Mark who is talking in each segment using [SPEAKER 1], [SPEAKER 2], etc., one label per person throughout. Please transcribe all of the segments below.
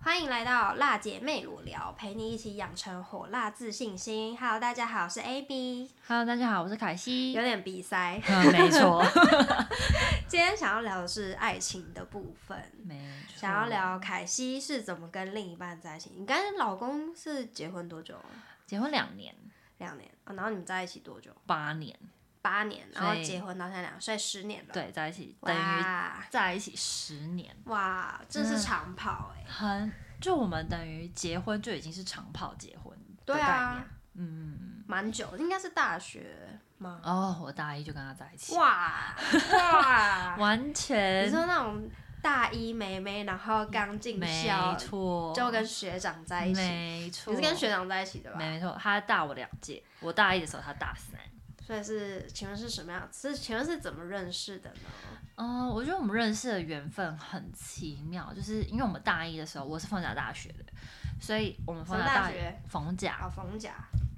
[SPEAKER 1] 欢迎来到辣姐妹裸聊，陪你一起养成火辣自信心。Hello，大家好，我是 AB，
[SPEAKER 2] Hello，大家好，我是凯 西
[SPEAKER 1] 有。点鼻塞。
[SPEAKER 2] 嗯，没错，
[SPEAKER 1] 今天想要聊的是爱情的部分，
[SPEAKER 2] 没错。
[SPEAKER 1] 想要聊凯西是怎么跟另一半在一起。你跟老公是结婚多久？
[SPEAKER 2] 结婚两年，
[SPEAKER 1] 两年、哦然后你们在一起多久？
[SPEAKER 2] 八年，
[SPEAKER 1] 八年，
[SPEAKER 2] 所
[SPEAKER 1] 然
[SPEAKER 2] 以
[SPEAKER 1] 后结婚到现在两，所以十年了。，
[SPEAKER 2] 对，在一起等于
[SPEAKER 1] 哇
[SPEAKER 2] 在一起十年，
[SPEAKER 1] 哇，这是
[SPEAKER 2] 嗯
[SPEAKER 1] 长跑哎、
[SPEAKER 2] 很就我们等于结婚就已经是长跑结婚的
[SPEAKER 1] 对
[SPEAKER 2] 概
[SPEAKER 1] 啊
[SPEAKER 2] 念。嗯，
[SPEAKER 1] 蛮久，应该是大学吗？
[SPEAKER 2] 哦，我大一就跟他在一起，
[SPEAKER 1] 哇哇！
[SPEAKER 2] 完
[SPEAKER 1] 你
[SPEAKER 2] 全
[SPEAKER 1] 说那种大一妹妹，然后刚进
[SPEAKER 2] 没
[SPEAKER 1] 校，
[SPEAKER 2] 错，
[SPEAKER 1] 就跟学长在一起，
[SPEAKER 2] 没错，
[SPEAKER 1] 你是跟学长在一起的吧？
[SPEAKER 2] 没错，他大我两届，我大一的时候他大三。
[SPEAKER 1] 所以是，请问是什么样？是请问是怎么认识的呢？
[SPEAKER 2] 哦，我觉得我们认识的缘分很奇妙，就是因为我们大一的时候，我是逢甲大学的，所以我们逢甲
[SPEAKER 1] 什么大
[SPEAKER 2] 大
[SPEAKER 1] 学
[SPEAKER 2] 逢甲
[SPEAKER 1] 啊，冯甲，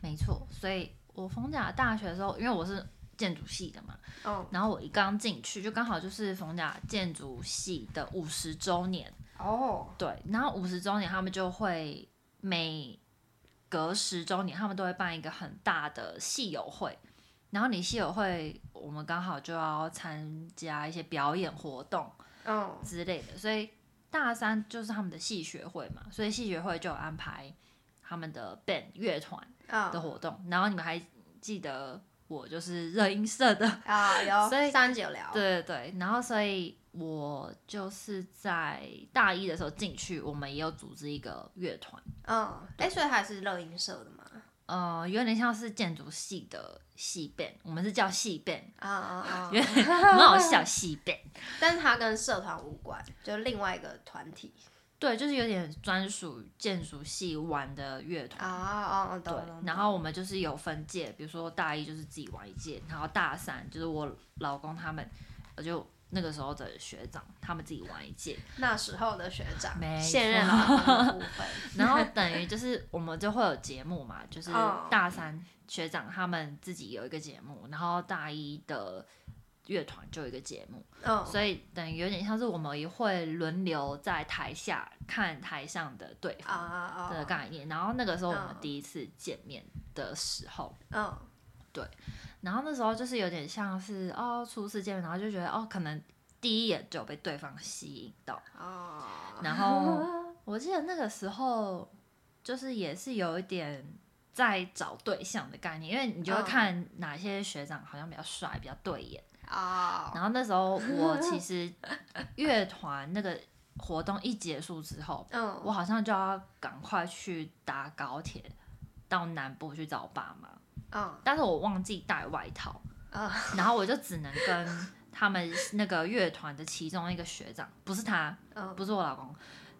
[SPEAKER 2] 没错，所以我逢甲大学的时候，因为我是建筑系的嘛，
[SPEAKER 1] 嗯，
[SPEAKER 2] 然后我一刚进去就刚好就是逢甲建筑系的五十周年，
[SPEAKER 1] 哦，
[SPEAKER 2] 对，然后五十周年他们就会每隔十周年他们都会办一个很大的系友会，然后你系友会我们刚好就要参加一些表演活动
[SPEAKER 1] 嗯，
[SPEAKER 2] 之类的，所以大三就是他们的系学会嘛，所以系学会就有安排他们的 band 乐团。的
[SPEAKER 1] 嗯，
[SPEAKER 2] 活动，然后你们还记得我就是热音社的，
[SPEAKER 1] 啊，有，
[SPEAKER 2] 所以
[SPEAKER 1] 上一集有聊，
[SPEAKER 2] 对对对，然后所以我就是在大一的时候进去，我们也有组织一个乐团，
[SPEAKER 1] 嗯，哎，所以还是乐音社的嘛，
[SPEAKER 2] 呃，有点像是建筑系的系 band，我们是叫系 band，
[SPEAKER 1] 啊啊啊，
[SPEAKER 2] 很好笑系 band，
[SPEAKER 1] 但是它跟社团无关，就另外一个团体。
[SPEAKER 2] 对，就是有点专属建筑系玩的乐团。
[SPEAKER 1] 啊哦哦，懂
[SPEAKER 2] 对
[SPEAKER 1] 懂懂。，
[SPEAKER 2] 然后我们就是有分界，比如说大一就是自己玩一届，然后大三就是我老公他们，我就那个时候的学长他们自己玩一 届，
[SPEAKER 1] 那时候的学长，
[SPEAKER 2] 没
[SPEAKER 1] 现
[SPEAKER 2] 错
[SPEAKER 1] 任老公的部 分，
[SPEAKER 2] 然后等于就是我们就会有节目嘛，就是
[SPEAKER 1] 哦
[SPEAKER 2] 大三学长他们自己有一个节目，然后大一的乐团就有一个节目，
[SPEAKER 1] 嗯，
[SPEAKER 2] 所以等于有点像是我们也会轮流在台下看台上的对
[SPEAKER 1] 啊
[SPEAKER 2] 方
[SPEAKER 1] 啊
[SPEAKER 2] 的
[SPEAKER 1] 啊，
[SPEAKER 2] 概念。然后那个时候我们
[SPEAKER 1] 嗯
[SPEAKER 2] 第一次见面的时候，
[SPEAKER 1] 嗯
[SPEAKER 2] 然后那时候就是有点像是哦初次见面，然后就觉得哦可能第一眼就有被对方吸引到。
[SPEAKER 1] 哦，
[SPEAKER 2] 然后我记得那个时候就是也是有一点在找对象的概念，因为你就会
[SPEAKER 1] 嗯
[SPEAKER 2] 看哪些学长好像比较帅、比较对眼。
[SPEAKER 1] 哦，
[SPEAKER 2] 然后那时候我其实乐团那个活动一结束之后，
[SPEAKER 1] 嗯，
[SPEAKER 2] 我好像就要赶快去搭高铁到南部去找我爸妈，
[SPEAKER 1] 嗯
[SPEAKER 2] 但是我忘记带外套，
[SPEAKER 1] 嗯
[SPEAKER 2] 然后我就只能跟他们那个乐团的其中一个学长，不是他，
[SPEAKER 1] 嗯
[SPEAKER 2] 不是我老公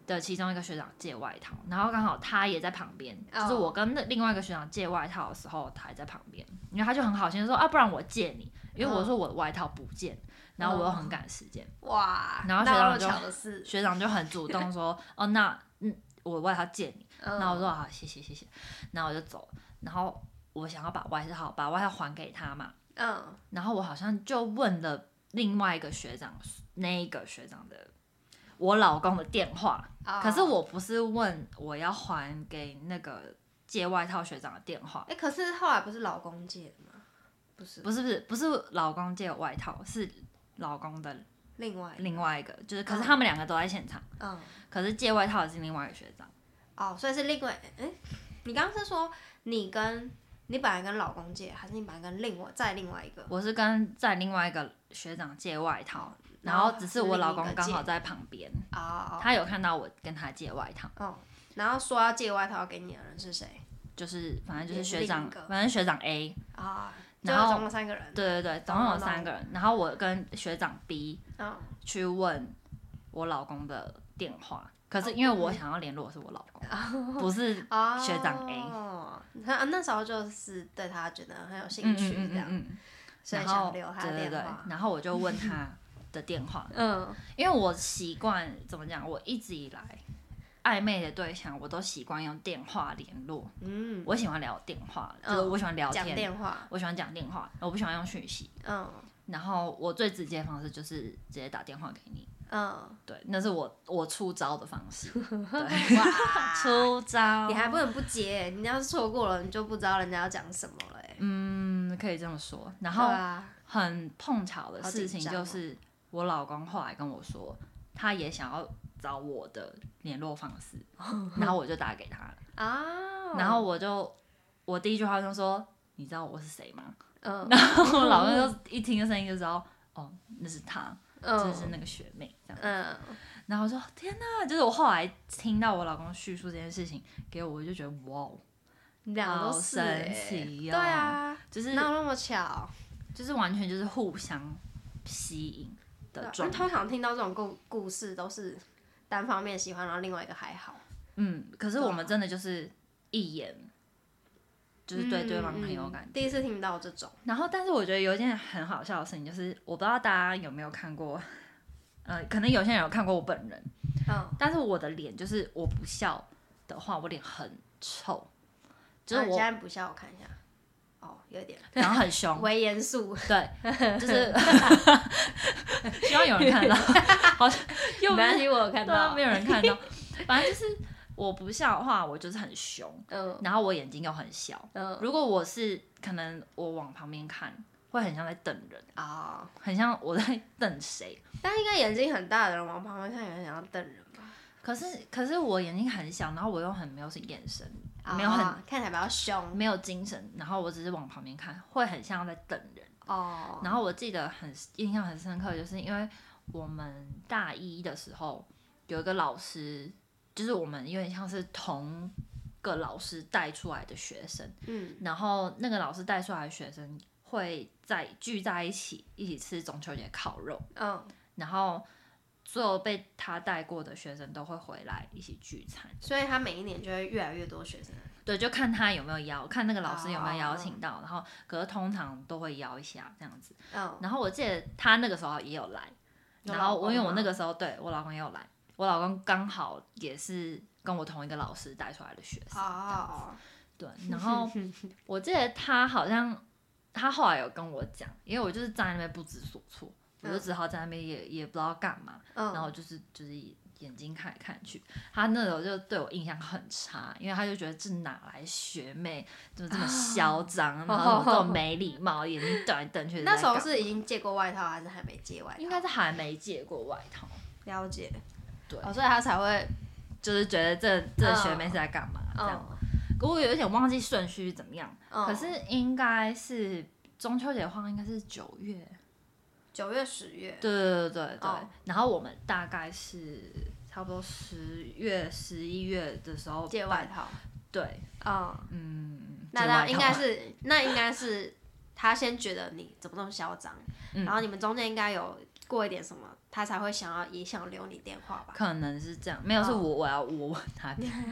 [SPEAKER 2] 的其中一个学长借外套，然后刚好他也在旁边，
[SPEAKER 1] 哦
[SPEAKER 2] 就是我跟那另外一个学长借外套的时候，他也在旁边，然后他就很好心地说啊，不然我借你，因为
[SPEAKER 1] 嗯
[SPEAKER 2] 我说我的外套不见，然后我又很赶时间，
[SPEAKER 1] 哇，
[SPEAKER 2] 然后
[SPEAKER 1] 那
[SPEAKER 2] 学长
[SPEAKER 1] 么
[SPEAKER 2] 就
[SPEAKER 1] 巧的事，
[SPEAKER 2] 学长就很主动说 哦，那嗯，我外套借你，
[SPEAKER 1] 嗯，
[SPEAKER 2] 然后我说好，谢谢谢谢，然后我就走，然后我想要把外套把外套还给他嘛，
[SPEAKER 1] 嗯，
[SPEAKER 2] 然后我好像就问了另外一个学长，那一个学长的我老公的电话。
[SPEAKER 1] 哦
[SPEAKER 2] 可是，我不是问我要还给那个借外套学长的电话，
[SPEAKER 1] 哎，可是后来不是老公借的吗？不是，
[SPEAKER 2] 不是不是不是老公借我外套，是老公的
[SPEAKER 1] 另外，
[SPEAKER 2] 另外一个，就是可
[SPEAKER 1] 嗯
[SPEAKER 2] 是他们两个都在现场，
[SPEAKER 1] 嗯，
[SPEAKER 2] 可是借外套的是另外一个学长，
[SPEAKER 1] 哦，所以是另外，哎，你刚刚是说你跟你本来跟老公借，还是你本来跟另外再另外一个？
[SPEAKER 2] 我是跟在另外一个学长借外套，然后只是我老公刚好在旁边，
[SPEAKER 1] 哦哦，
[SPEAKER 2] 他有看到我跟他借外套，
[SPEAKER 1] 哦，然后说要借外套给你的人是谁
[SPEAKER 2] 就是反正就是
[SPEAKER 1] 也是
[SPEAKER 2] 学长
[SPEAKER 1] 另一个，
[SPEAKER 2] 反正学长 A，
[SPEAKER 1] 啊？就
[SPEAKER 2] 然后
[SPEAKER 1] 总共三个人。
[SPEAKER 2] 对对对，总共有三个人，然后我跟学长 B，
[SPEAKER 1] 嗯，
[SPEAKER 2] 去问我老公的电话，可是因为我想要联络的是我老公，不是
[SPEAKER 1] 嗯哦，
[SPEAKER 2] 学长 A
[SPEAKER 1] 哦，那那时候就是对他觉得很有兴
[SPEAKER 2] 嗯
[SPEAKER 1] 趣
[SPEAKER 2] 嗯
[SPEAKER 1] 这
[SPEAKER 2] 嗯
[SPEAKER 1] 样，
[SPEAKER 2] 嗯嗯，
[SPEAKER 1] 所以
[SPEAKER 2] 然后
[SPEAKER 1] 想
[SPEAKER 2] 对
[SPEAKER 1] 留他的
[SPEAKER 2] 对
[SPEAKER 1] 电
[SPEAKER 2] 对
[SPEAKER 1] 话，。
[SPEAKER 2] 然后我就 问他的电话，
[SPEAKER 1] 嗯
[SPEAKER 2] 因为我习惯怎么讲，我一直以来暧昧的对象我都习惯用电话联络，
[SPEAKER 1] 嗯，
[SPEAKER 2] 我喜欢聊电话，
[SPEAKER 1] 嗯
[SPEAKER 2] 就是我喜欢聊
[SPEAKER 1] 讲
[SPEAKER 2] 天，
[SPEAKER 1] 电话，
[SPEAKER 2] 我喜欢讲电话，我不喜欢用讯息。
[SPEAKER 1] 嗯
[SPEAKER 2] 然后我最直接的方式就是直接打电话给你，
[SPEAKER 1] 嗯，
[SPEAKER 2] 对，那是我我出招的方 式。
[SPEAKER 1] 哇
[SPEAKER 2] 出招，
[SPEAKER 1] 你还不能不接，你要是错过了，你就不知道人家要讲什么了、欸。
[SPEAKER 2] 嗯，可以这么说。然
[SPEAKER 1] 对
[SPEAKER 2] 后
[SPEAKER 1] 啊，
[SPEAKER 2] 很碰巧的
[SPEAKER 1] 好
[SPEAKER 2] 事
[SPEAKER 1] 紧
[SPEAKER 2] 情
[SPEAKER 1] 张
[SPEAKER 2] 就
[SPEAKER 1] 哦
[SPEAKER 2] 是，我老公后来跟我说，他也想要找我的联络方 式，然后我就打给他了，
[SPEAKER 1] 啊，
[SPEAKER 2] 然后我就我第一句话就说，你知道我是谁 吗？
[SPEAKER 1] 嗯
[SPEAKER 2] 然后我老公就一听这声音就知道，哦，那是他，就
[SPEAKER 1] 嗯
[SPEAKER 2] 是那个学妹这样。
[SPEAKER 1] 嗯，
[SPEAKER 2] 然后我说天哪，就是我后来听到我老公叙述这件事情给我，我就觉得哇，哦
[SPEAKER 1] 你两个都是、欸，
[SPEAKER 2] 好神奇哦
[SPEAKER 1] 对啊，
[SPEAKER 2] 就是
[SPEAKER 1] 哪有那么巧？
[SPEAKER 2] 就是完全就是互相吸引
[SPEAKER 1] 对
[SPEAKER 2] 的
[SPEAKER 1] 啊
[SPEAKER 2] 状态。
[SPEAKER 1] 通常听到这种故故事都是单方面喜欢，然后另外一个还好。
[SPEAKER 2] 嗯，可是我
[SPEAKER 1] 对
[SPEAKER 2] 们
[SPEAKER 1] 啊
[SPEAKER 2] 真的就是一眼，就是对对方很有感
[SPEAKER 1] 嗯嗯第一次听到这种，
[SPEAKER 2] 然后，但是我觉得有一件很好笑的事情，就是我不知道大家有没有看过，呃，可能有些人有看过我本人，
[SPEAKER 1] 嗯，
[SPEAKER 2] 但是我的脸就是我不笑的话，我脸很臭，就
[SPEAKER 1] 啊
[SPEAKER 2] 是
[SPEAKER 1] 你
[SPEAKER 2] 我，
[SPEAKER 1] 现在不笑，我看一下，哦，有 点
[SPEAKER 2] 然后很凶，
[SPEAKER 1] 微严 肃，
[SPEAKER 2] 对，就是希望有人看到，好像又
[SPEAKER 1] 没
[SPEAKER 2] 不是
[SPEAKER 1] 关系，我有看
[SPEAKER 2] 对啊，
[SPEAKER 1] 到
[SPEAKER 2] 没，有人看到，反正就是我不笑的话，我就是很凶，
[SPEAKER 1] 嗯
[SPEAKER 2] 然后我眼睛又很小。
[SPEAKER 1] 嗯
[SPEAKER 2] 如果我是可能我往旁边看，会很像在瞪人，
[SPEAKER 1] 啊，
[SPEAKER 2] 很像我在瞪谁。
[SPEAKER 1] 但应该眼睛很大的人往旁边看，有人想要瞪人吧？
[SPEAKER 2] 可是可是我眼睛很小，然后我又很没有眼神，没有很
[SPEAKER 1] 啊看起来比较凶
[SPEAKER 2] 没有精神，然后我只是往旁边看，会很像在瞪人。
[SPEAKER 1] 哦，
[SPEAKER 2] 然后我记得很印象很深刻，就是因为我们大一的时候有一个老师，就是我们有点像是同个老师带出来的学生，
[SPEAKER 1] 嗯
[SPEAKER 2] 然后那个老师带出来的学生会在聚在一起，一起吃中秋节烤肉，
[SPEAKER 1] 嗯，
[SPEAKER 2] 然后所有被他带过的学生都会回来一起聚餐。
[SPEAKER 1] 所以他每一年就会越来越多学生，
[SPEAKER 2] 对，就看他有没有邀，看那个老师有没
[SPEAKER 1] 哦
[SPEAKER 2] 有邀请到，然后可是通常都会邀一下这样子。
[SPEAKER 1] 嗯，
[SPEAKER 2] 然后我记得他那个时候也有来，
[SPEAKER 1] 有
[SPEAKER 2] 然后
[SPEAKER 1] 老公
[SPEAKER 2] 我因为我
[SPEAKER 1] 吗
[SPEAKER 2] 那个时候对我老公也有来，我老公刚好也是跟我同一个老师带出来的学生，
[SPEAKER 1] 哦，
[SPEAKER 2] 对。然 后我记得他好像他后来有跟我讲，因为我就是站在那边不知所措，我就
[SPEAKER 1] 嗯
[SPEAKER 2] 只好在那边也也不知道干嘛，
[SPEAKER 1] 嗯，
[SPEAKER 2] 然后就是就是眼睛看来看去，他那时候就对我印象很差，因为他就觉得这哪来学妹，怎么这么 嚣张，然后怎么这么没礼貌，眼睛瞪来瞪去的在干
[SPEAKER 1] 那时
[SPEAKER 2] 嘛。
[SPEAKER 1] 候是已经借过外套还是还没借外套？
[SPEAKER 2] 应该是还没借过外套，
[SPEAKER 1] 了解，
[SPEAKER 2] 对
[SPEAKER 1] 哦，所以他才会
[SPEAKER 2] 就是觉得这这学妹是在干嘛这样。
[SPEAKER 1] 嗯
[SPEAKER 2] 可我有一点忘记顺序是怎么样，
[SPEAKER 1] 嗯，
[SPEAKER 2] 可是应该是中秋节的话，应该是九月。
[SPEAKER 1] 九月十月，
[SPEAKER 2] 对嗯对对对对。
[SPEAKER 1] 哦
[SPEAKER 2] 然后我们大概是差不多十月、十一月的时候
[SPEAKER 1] 借
[SPEAKER 2] 办
[SPEAKER 1] 外。套，
[SPEAKER 2] 对，
[SPEAKER 1] 嗯，
[SPEAKER 2] 嗯，
[SPEAKER 1] 那
[SPEAKER 2] 借
[SPEAKER 1] 那
[SPEAKER 2] 外
[SPEAKER 1] 应
[SPEAKER 2] 套
[SPEAKER 1] 该是那应该是他先觉得你怎么那么嚣张，
[SPEAKER 2] 嗯
[SPEAKER 1] 然后你们中间应该有过一点什么，他才会想要也想留你电话吧？
[SPEAKER 2] 可能是这样，没有是
[SPEAKER 1] 哦
[SPEAKER 2] 我、我要我问他 电话，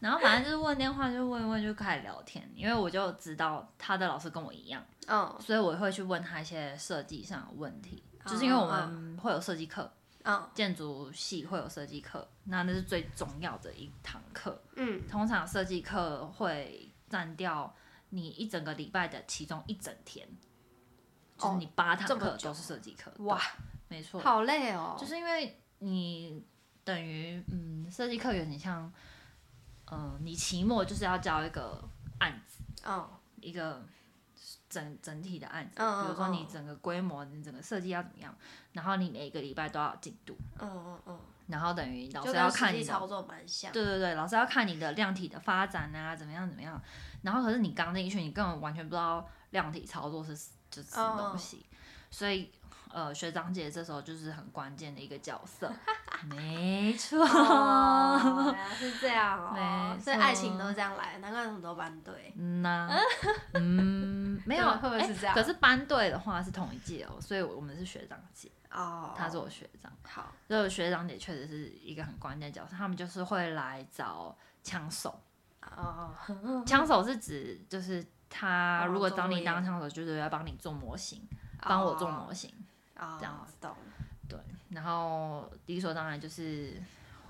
[SPEAKER 2] 然后反正就是问电话就问一问就开始聊天，因为我就知道他的老师跟我一样，
[SPEAKER 1] 嗯
[SPEAKER 2] 所以我会去问他一些设计上的问题，
[SPEAKER 1] 哦
[SPEAKER 2] 就是因为我们会有设计课，
[SPEAKER 1] 嗯
[SPEAKER 2] 建筑系会有设计课，那那是最重要的一堂课。
[SPEAKER 1] 嗯
[SPEAKER 2] 通常设计课会占掉你一整个礼拜的其中一整天，就是
[SPEAKER 1] 哦
[SPEAKER 2] 你八
[SPEAKER 1] 这
[SPEAKER 2] 堂
[SPEAKER 1] 么
[SPEAKER 2] 课
[SPEAKER 1] 久
[SPEAKER 2] 都是设计课。
[SPEAKER 1] 哇
[SPEAKER 2] 对，没错，
[SPEAKER 1] 好累哦，
[SPEAKER 2] 就是因为你等于嗯，设计课有点像，嗯、你期末就是要交一个案子。
[SPEAKER 1] 嗯
[SPEAKER 2] 一个整整体的案子，
[SPEAKER 1] 嗯嗯
[SPEAKER 2] 比如说你
[SPEAKER 1] 嗯
[SPEAKER 2] 整个规模、你整个设计要怎么样，然后你每个礼拜都要有进度，
[SPEAKER 1] 嗯嗯嗯，
[SPEAKER 2] 然后等于老
[SPEAKER 1] 就
[SPEAKER 2] 师要
[SPEAKER 1] 跟实
[SPEAKER 2] 看
[SPEAKER 1] 际
[SPEAKER 2] 你
[SPEAKER 1] 操
[SPEAKER 2] 的，
[SPEAKER 1] 作蛮像，
[SPEAKER 2] 对对对，老师要看你的量体的发展啊，怎么样怎么样，然后可是你刚进去，你根本完全不知道量体操作是就是什么
[SPEAKER 1] 哦
[SPEAKER 2] 东西，所以。呃，学长姐这时候就是很关键的一个角 色，没错，
[SPEAKER 1] 哦，原来是这样哦，
[SPEAKER 2] 没
[SPEAKER 1] 所以爱
[SPEAKER 2] 错
[SPEAKER 1] 情都是这样来的，难怪很多班队。
[SPEAKER 2] 嗯呐、 嗯，没有，
[SPEAKER 1] 会不会
[SPEAKER 2] 哎
[SPEAKER 1] 是这样
[SPEAKER 2] 可是班队的话是同一届哦，所以我们是学长姐，
[SPEAKER 1] 哦，
[SPEAKER 2] 他是我学长，
[SPEAKER 1] 好，
[SPEAKER 2] 所以我学长姐确实是一个很关键的角色，他们就是会来找枪手，
[SPEAKER 1] 哦，
[SPEAKER 2] 枪手是指就是他
[SPEAKER 1] 帮忙
[SPEAKER 2] 如果
[SPEAKER 1] 做
[SPEAKER 2] 找
[SPEAKER 1] 作
[SPEAKER 2] 你
[SPEAKER 1] 业
[SPEAKER 2] 当枪手，就是要帮你做模型，帮我做模型，
[SPEAKER 1] 哦，
[SPEAKER 2] 这样
[SPEAKER 1] 子懂，
[SPEAKER 2] 对，然后理所当然就是。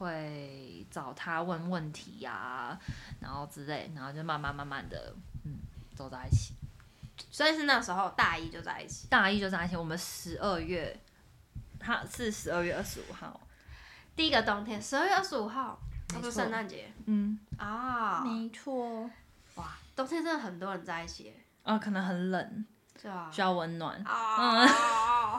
[SPEAKER 2] 会找他问问题呀、然后之类，然后就慢慢慢慢的，嗯，走在一起。
[SPEAKER 1] 所以是那时候大一就在一起，
[SPEAKER 2] 大一就在一起，我们十二月它是十二月二十五号，
[SPEAKER 1] 第一个冬天，十二月二十五号，那就
[SPEAKER 2] 没错
[SPEAKER 1] 圣诞节
[SPEAKER 2] 嗯，
[SPEAKER 1] 啊！
[SPEAKER 2] 没错，
[SPEAKER 1] 哇，冬天真的很多人在一起耶，
[SPEAKER 2] 啊，可能很冷，
[SPEAKER 1] 对啊。
[SPEAKER 2] 需要温暖，
[SPEAKER 1] 啊，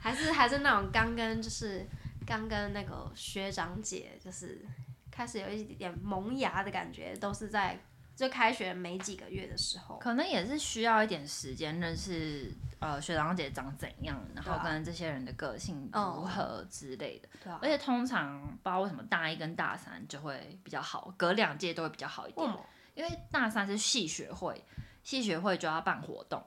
[SPEAKER 1] 还是还是那种刚跟就是刚跟那个学长姐就是开始有一点萌芽的感觉，都是在就开学没几个月的时候。
[SPEAKER 2] 可能也是需要一点时间认识呃学长姐长怎样，然
[SPEAKER 1] 对啊
[SPEAKER 2] 后跟这些人的个性如
[SPEAKER 1] 哦
[SPEAKER 2] 何之类的。
[SPEAKER 1] 对啊，
[SPEAKER 2] 而且通常不知道为什么大一跟大三就会比较好，隔两届都会比较好一点，
[SPEAKER 1] 为什么
[SPEAKER 2] 因为大三是系学会，系学会就要办活动，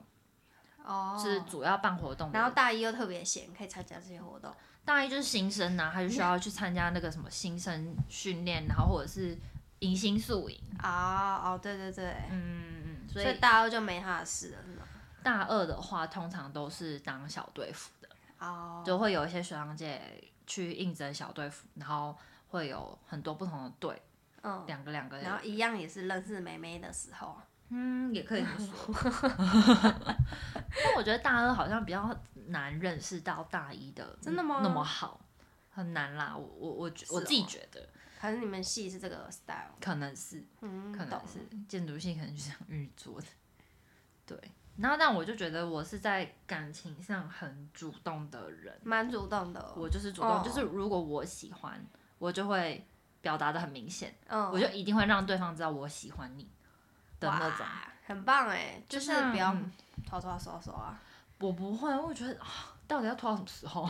[SPEAKER 1] 哦，
[SPEAKER 2] 是主要办活动的。
[SPEAKER 1] 然后大一又特别闲，可以参加这些活动。
[SPEAKER 2] 大一就是新生呐、他就需要去参加那个什么新生训练，然后或者是迎新宿营。
[SPEAKER 1] 啊，哦，对对对，
[SPEAKER 2] 嗯，所
[SPEAKER 1] 所
[SPEAKER 2] 以
[SPEAKER 1] 以大二就没他的事了，是吗？
[SPEAKER 2] 大二的话，通常都是当小队服的，
[SPEAKER 1] 哦，
[SPEAKER 2] 就会有一些学长姐去应征小队服，然后会有很多不同的队，
[SPEAKER 1] 嗯，
[SPEAKER 2] 两个两个
[SPEAKER 1] 然后一样也是认识妹妹的时候。啊
[SPEAKER 2] 嗯，也可以这么说。 但我觉得大二好像比较难认识到大一的，
[SPEAKER 1] 真的吗
[SPEAKER 2] 那么好，很难啦。我我我觉我
[SPEAKER 1] 是
[SPEAKER 2] 自己
[SPEAKER 1] 哦
[SPEAKER 2] 觉得
[SPEAKER 1] 可是你们系是这个 style，
[SPEAKER 2] 可能是，
[SPEAKER 1] 嗯，
[SPEAKER 2] 可能
[SPEAKER 1] 懂
[SPEAKER 2] 是建筑系，可能就像玉做的，对。然后，但我就觉得我是在感情上很主动的人，
[SPEAKER 1] 蛮主动的哦、
[SPEAKER 2] 我就是主动，
[SPEAKER 1] 哦
[SPEAKER 2] 就是如果我喜欢，我就会表达的很明显，
[SPEAKER 1] 嗯，
[SPEAKER 2] 我就一定会让对方知道我喜欢你的那种。
[SPEAKER 1] 哇，很棒哎，就是不要
[SPEAKER 2] 嗯
[SPEAKER 1] 拖拖手手啊，
[SPEAKER 2] 我不会，我觉得、啊到底要拖到什么时候？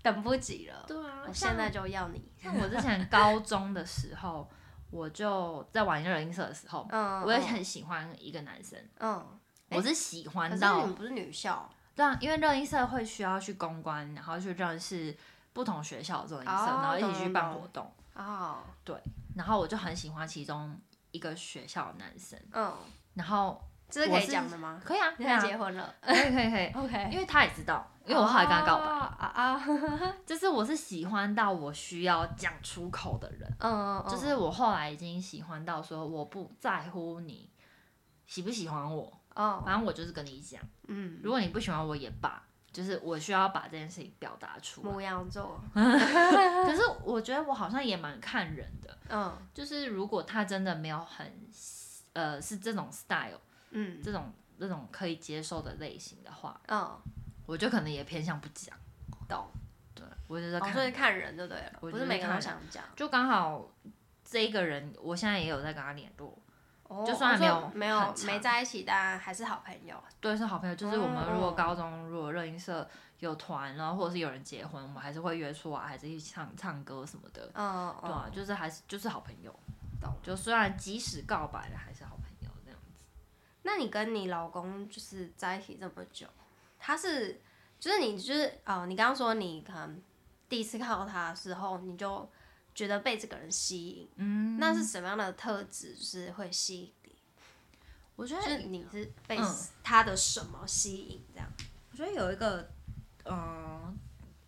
[SPEAKER 1] 等不及了，
[SPEAKER 2] 哦 对啊
[SPEAKER 1] 我
[SPEAKER 2] 像
[SPEAKER 1] 现在就要你，
[SPEAKER 2] 像我之 前高中的时候，我就在玩热音社的时候，
[SPEAKER 1] 嗯，
[SPEAKER 2] 我也很喜欢一个男生，
[SPEAKER 1] 嗯，
[SPEAKER 2] 我是喜
[SPEAKER 1] 嗯可
[SPEAKER 2] 欢
[SPEAKER 1] 是
[SPEAKER 2] 到
[SPEAKER 1] 你们不是女校
[SPEAKER 2] 对啊，因为热音社会需要去公关，然后去认识不同学校的热音社，
[SPEAKER 1] 哦
[SPEAKER 2] 然后一起去办
[SPEAKER 1] 懂懂
[SPEAKER 2] 活动。
[SPEAKER 1] 哦，
[SPEAKER 2] 然后我就很喜欢其中一个学校的男生，
[SPEAKER 1] 嗯，
[SPEAKER 2] 然后
[SPEAKER 1] 这是
[SPEAKER 2] 我
[SPEAKER 1] 可以
[SPEAKER 2] 是
[SPEAKER 1] 讲的吗？
[SPEAKER 2] 可以啊，可
[SPEAKER 1] 你
[SPEAKER 2] 以
[SPEAKER 1] 他
[SPEAKER 2] 啊，
[SPEAKER 1] 结婚了
[SPEAKER 2] 可以可以可以，哦
[SPEAKER 1] ，OK，
[SPEAKER 2] 因为他也知道，因为我后来跟他告白，
[SPEAKER 1] 啊啊，嗯
[SPEAKER 2] 就是我是喜欢到我需要讲出口的人，
[SPEAKER 1] 嗯，嗯
[SPEAKER 2] 就是我后来已经喜欢到说我不在乎你喜不喜欢我，
[SPEAKER 1] 哦，
[SPEAKER 2] 反正我就是跟你讲，
[SPEAKER 1] 嗯，
[SPEAKER 2] 如果你不喜欢我也罢，就是我需要把这件事情表达出来。
[SPEAKER 1] 母羊座，
[SPEAKER 2] 可是我觉得我好像也蛮看人的，
[SPEAKER 1] 嗯
[SPEAKER 2] 就是如果他真的没有很，呃，是这种 style，
[SPEAKER 1] 嗯
[SPEAKER 2] 这种这种可以接受的类型的话，
[SPEAKER 1] 嗯，
[SPEAKER 2] 我就可能也偏向不讲。
[SPEAKER 1] 懂，
[SPEAKER 2] 对，我觉得
[SPEAKER 1] 哦，
[SPEAKER 2] 看，
[SPEAKER 1] 所以看人就对了，
[SPEAKER 2] 我
[SPEAKER 1] 不
[SPEAKER 2] 觉
[SPEAKER 1] 是
[SPEAKER 2] 得
[SPEAKER 1] 每个人都
[SPEAKER 2] 看
[SPEAKER 1] 想讲，
[SPEAKER 2] 就刚好这一个人，我现在也有在跟他联络，
[SPEAKER 1] 哦
[SPEAKER 2] 就
[SPEAKER 1] 哦
[SPEAKER 2] 算没有
[SPEAKER 1] 所以没有
[SPEAKER 2] 很长
[SPEAKER 1] 没在一起，但还是好朋友，
[SPEAKER 2] 对，是好朋友。就是我们
[SPEAKER 1] 嗯
[SPEAKER 2] 如果
[SPEAKER 1] 嗯
[SPEAKER 2] 高中如果热音社有团，然后或者是有人结婚，我们还是会约出来，还是一起唱唱歌什么的。
[SPEAKER 1] 嗯
[SPEAKER 2] 对
[SPEAKER 1] 嗯，
[SPEAKER 2] 啊，就是还是就是好朋友，
[SPEAKER 1] 懂。
[SPEAKER 2] 就虽然即使告白了，还是好朋友这样。
[SPEAKER 1] 那你跟你老公就是在一起这么久，他是就是你就是哦，你刚刚说你可能第一次看到他的时候，你就觉得被这个人吸引，
[SPEAKER 2] 嗯，
[SPEAKER 1] 那是什么样的特质就是会吸引你？
[SPEAKER 2] 我觉
[SPEAKER 1] 就
[SPEAKER 2] 得
[SPEAKER 1] 是你是被
[SPEAKER 2] 嗯
[SPEAKER 1] 他的什么吸引这样？
[SPEAKER 2] 我觉得有一个，嗯、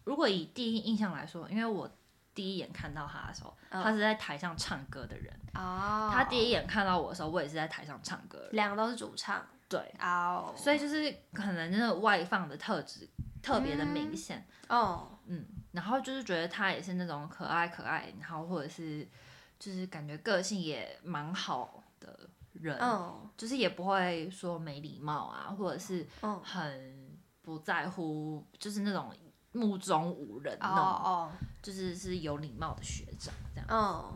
[SPEAKER 2] 如果以第一印象来说，因为我第一眼看到他的时候，
[SPEAKER 1] 嗯
[SPEAKER 2] 他是在台上唱歌的人。
[SPEAKER 1] 哦
[SPEAKER 2] 他第一眼看到我的时候，我也是在台上唱歌的人。
[SPEAKER 1] 两个都是主唱
[SPEAKER 2] 对，
[SPEAKER 1] 哦，
[SPEAKER 2] 所以就是可能那个外放的特质特别的明显。
[SPEAKER 1] 哦
[SPEAKER 2] 嗯然后就是觉得他也是那种可爱可爱，然后或者是就是感觉个性也蛮好的人，
[SPEAKER 1] 哦
[SPEAKER 2] 就是也不会说没礼貌啊，或者是
[SPEAKER 1] 哦
[SPEAKER 2] 很不在乎，就是那种目中无人
[SPEAKER 1] 哦
[SPEAKER 2] 那种
[SPEAKER 1] 哦
[SPEAKER 2] 就是是有礼貌的学长这样。
[SPEAKER 1] 哦，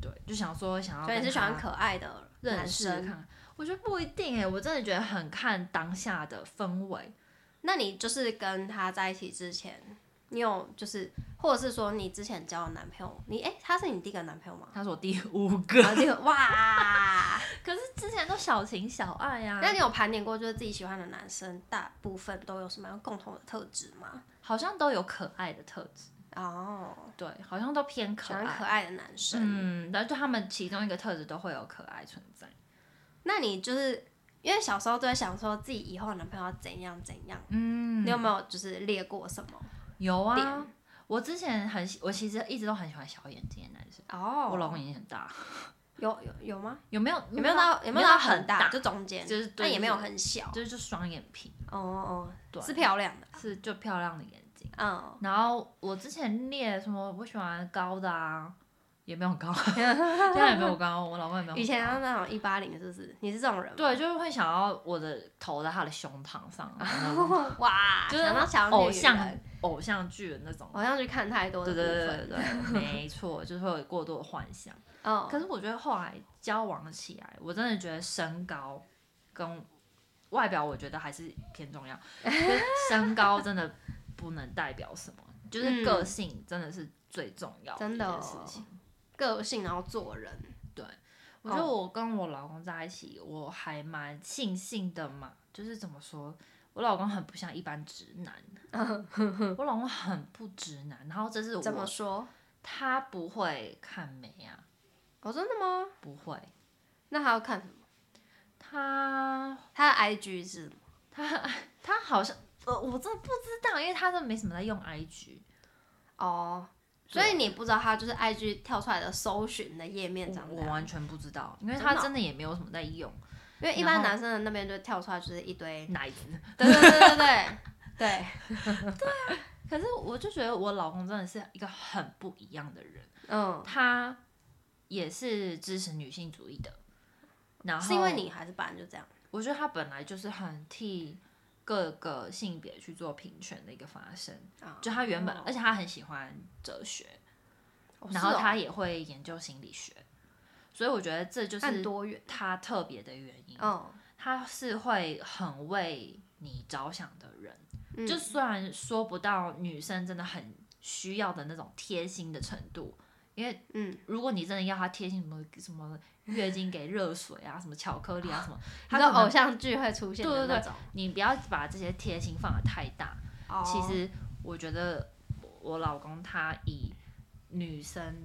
[SPEAKER 2] 对，就想说想要
[SPEAKER 1] 所以你
[SPEAKER 2] 跟
[SPEAKER 1] 是喜欢
[SPEAKER 2] 他
[SPEAKER 1] 可爱的
[SPEAKER 2] 认
[SPEAKER 1] 男
[SPEAKER 2] 识看
[SPEAKER 1] 生？
[SPEAKER 2] 看。我觉得不一定哎、我真的觉得很看当下的氛围。？
[SPEAKER 1] 那你就是跟他在一起之前，你有就是，或者是说你之前交的男朋友，你哎、他是你第一个男朋友吗
[SPEAKER 2] 他是我第五个，
[SPEAKER 1] 啊，这个 哇！
[SPEAKER 2] 可是之前都小情小爱啊呀、
[SPEAKER 1] 那你有盘点过，就是自己喜欢的男生大部分都有什么样共同的特质吗？
[SPEAKER 2] 好像都有可爱的特质，
[SPEAKER 1] 哦，
[SPEAKER 2] 对，好像都偏
[SPEAKER 1] 喜
[SPEAKER 2] 可
[SPEAKER 1] 欢
[SPEAKER 2] 爱。
[SPEAKER 1] 可爱的男生。
[SPEAKER 2] 嗯，然后就他们其中一个特质都会有可爱存在。
[SPEAKER 1] 那你就是因为小时候都在想说自己以后的男朋友要怎样怎样，
[SPEAKER 2] 嗯
[SPEAKER 1] 你有没有就是列过什么？
[SPEAKER 2] 有啊
[SPEAKER 1] 点？
[SPEAKER 2] 我之前很喜，我其实一直都很喜欢小眼睛的男生，
[SPEAKER 1] 哦，
[SPEAKER 2] 我老公眼睛很大，
[SPEAKER 1] 有有有吗？
[SPEAKER 2] 有没有
[SPEAKER 1] 有没有到有没有到很大？就中间，
[SPEAKER 2] 就是对
[SPEAKER 1] 但也没有
[SPEAKER 2] 就是
[SPEAKER 1] 很小。
[SPEAKER 2] 就是就双眼皮，
[SPEAKER 1] 哦哦
[SPEAKER 2] 对
[SPEAKER 1] 哦，是漂亮的。
[SPEAKER 2] 是就漂亮的眼睛。
[SPEAKER 1] 嗯，
[SPEAKER 2] 然后我之前列什么我喜欢高的啊，也没有 很高，现在也没有高，我老公也没有很高。
[SPEAKER 1] 以前他那种一八零是不是？你是这种人吗？
[SPEAKER 2] 对，就是会想要我的头在他的胸膛上，啊 然后
[SPEAKER 1] 哇，
[SPEAKER 2] 就是
[SPEAKER 1] 想到小女人
[SPEAKER 2] 偶像偶像剧的那种。
[SPEAKER 1] 偶像剧看太多的
[SPEAKER 2] 对
[SPEAKER 1] 哦部
[SPEAKER 2] 对
[SPEAKER 1] 分。
[SPEAKER 2] 对对对，没错，就是会有过多的幻想。
[SPEAKER 1] 哦，
[SPEAKER 2] 可是我觉得后来交往起来，我真的觉得身高跟外表，我觉得还是偏 重要。就是身高真的不能代表什么，就是个性真的是最重要
[SPEAKER 1] 嗯真
[SPEAKER 2] 的
[SPEAKER 1] 的
[SPEAKER 2] 一
[SPEAKER 1] 哦
[SPEAKER 2] 件事情。
[SPEAKER 1] 个性然后做人，
[SPEAKER 2] 我觉得我跟我老公在一起，我还蛮庆幸的嘛。就是怎么说，我老公很不像一般直 男，我老公很不直男。然后这是
[SPEAKER 1] 怎么
[SPEAKER 2] 我，
[SPEAKER 1] 说？
[SPEAKER 2] 他不会看美啊，
[SPEAKER 1] 哦，真的吗？
[SPEAKER 2] 不会。
[SPEAKER 1] 那还要看什么？
[SPEAKER 2] 他
[SPEAKER 1] 他的 IG 是
[SPEAKER 2] 他好像呃，我真的不知道，因为他真的没什么在用 IG。
[SPEAKER 1] 哦，所以你不知道他就是 IG 跳出来的搜寻的页面长
[SPEAKER 2] 我
[SPEAKER 1] 这
[SPEAKER 2] 我
[SPEAKER 1] 样，
[SPEAKER 2] 完全不知道，因为
[SPEAKER 1] 真
[SPEAKER 2] 他
[SPEAKER 1] 的哦
[SPEAKER 2] 真的也没有什么在用
[SPEAKER 1] 因为一般
[SPEAKER 2] 然后
[SPEAKER 1] 男生的那边就跳出来就是一 堆，
[SPEAKER 2] 奶子。
[SPEAKER 1] 对对对对对 对，
[SPEAKER 2] 可是我就觉得我老公真的是一个很不一样的人，
[SPEAKER 1] 嗯，
[SPEAKER 2] 他也是支持女性主义的。然后
[SPEAKER 1] 是因为，你还是本来就这样？
[SPEAKER 2] 我觉得他本来就是很替各个性别去做平权的一个发声，
[SPEAKER 1] 啊
[SPEAKER 2] 就他原本，
[SPEAKER 1] 哦
[SPEAKER 2] 而且他很喜欢哲学，
[SPEAKER 1] 哦
[SPEAKER 2] 然后
[SPEAKER 1] 是哦
[SPEAKER 2] 他也会研究心理学，所以我觉得这就
[SPEAKER 1] 那你
[SPEAKER 2] 是
[SPEAKER 1] 多远？
[SPEAKER 2] 他特别的原因。
[SPEAKER 1] 哦，
[SPEAKER 2] 他是会很为你着想的人，
[SPEAKER 1] 嗯
[SPEAKER 2] 就虽然说不到女生真的很需要的那种贴心的程度，因为
[SPEAKER 1] 嗯，
[SPEAKER 2] 如果你真的要她贴心什么什么月经给热水啊，什么巧克力啊 什么，
[SPEAKER 1] 你
[SPEAKER 2] 他
[SPEAKER 1] 说
[SPEAKER 2] 可能
[SPEAKER 1] 偶像剧会出现的
[SPEAKER 2] 对对对
[SPEAKER 1] 那种，
[SPEAKER 2] 你不要把这些贴心放得太大。
[SPEAKER 1] 哦
[SPEAKER 2] 其实我觉得我老公他以女生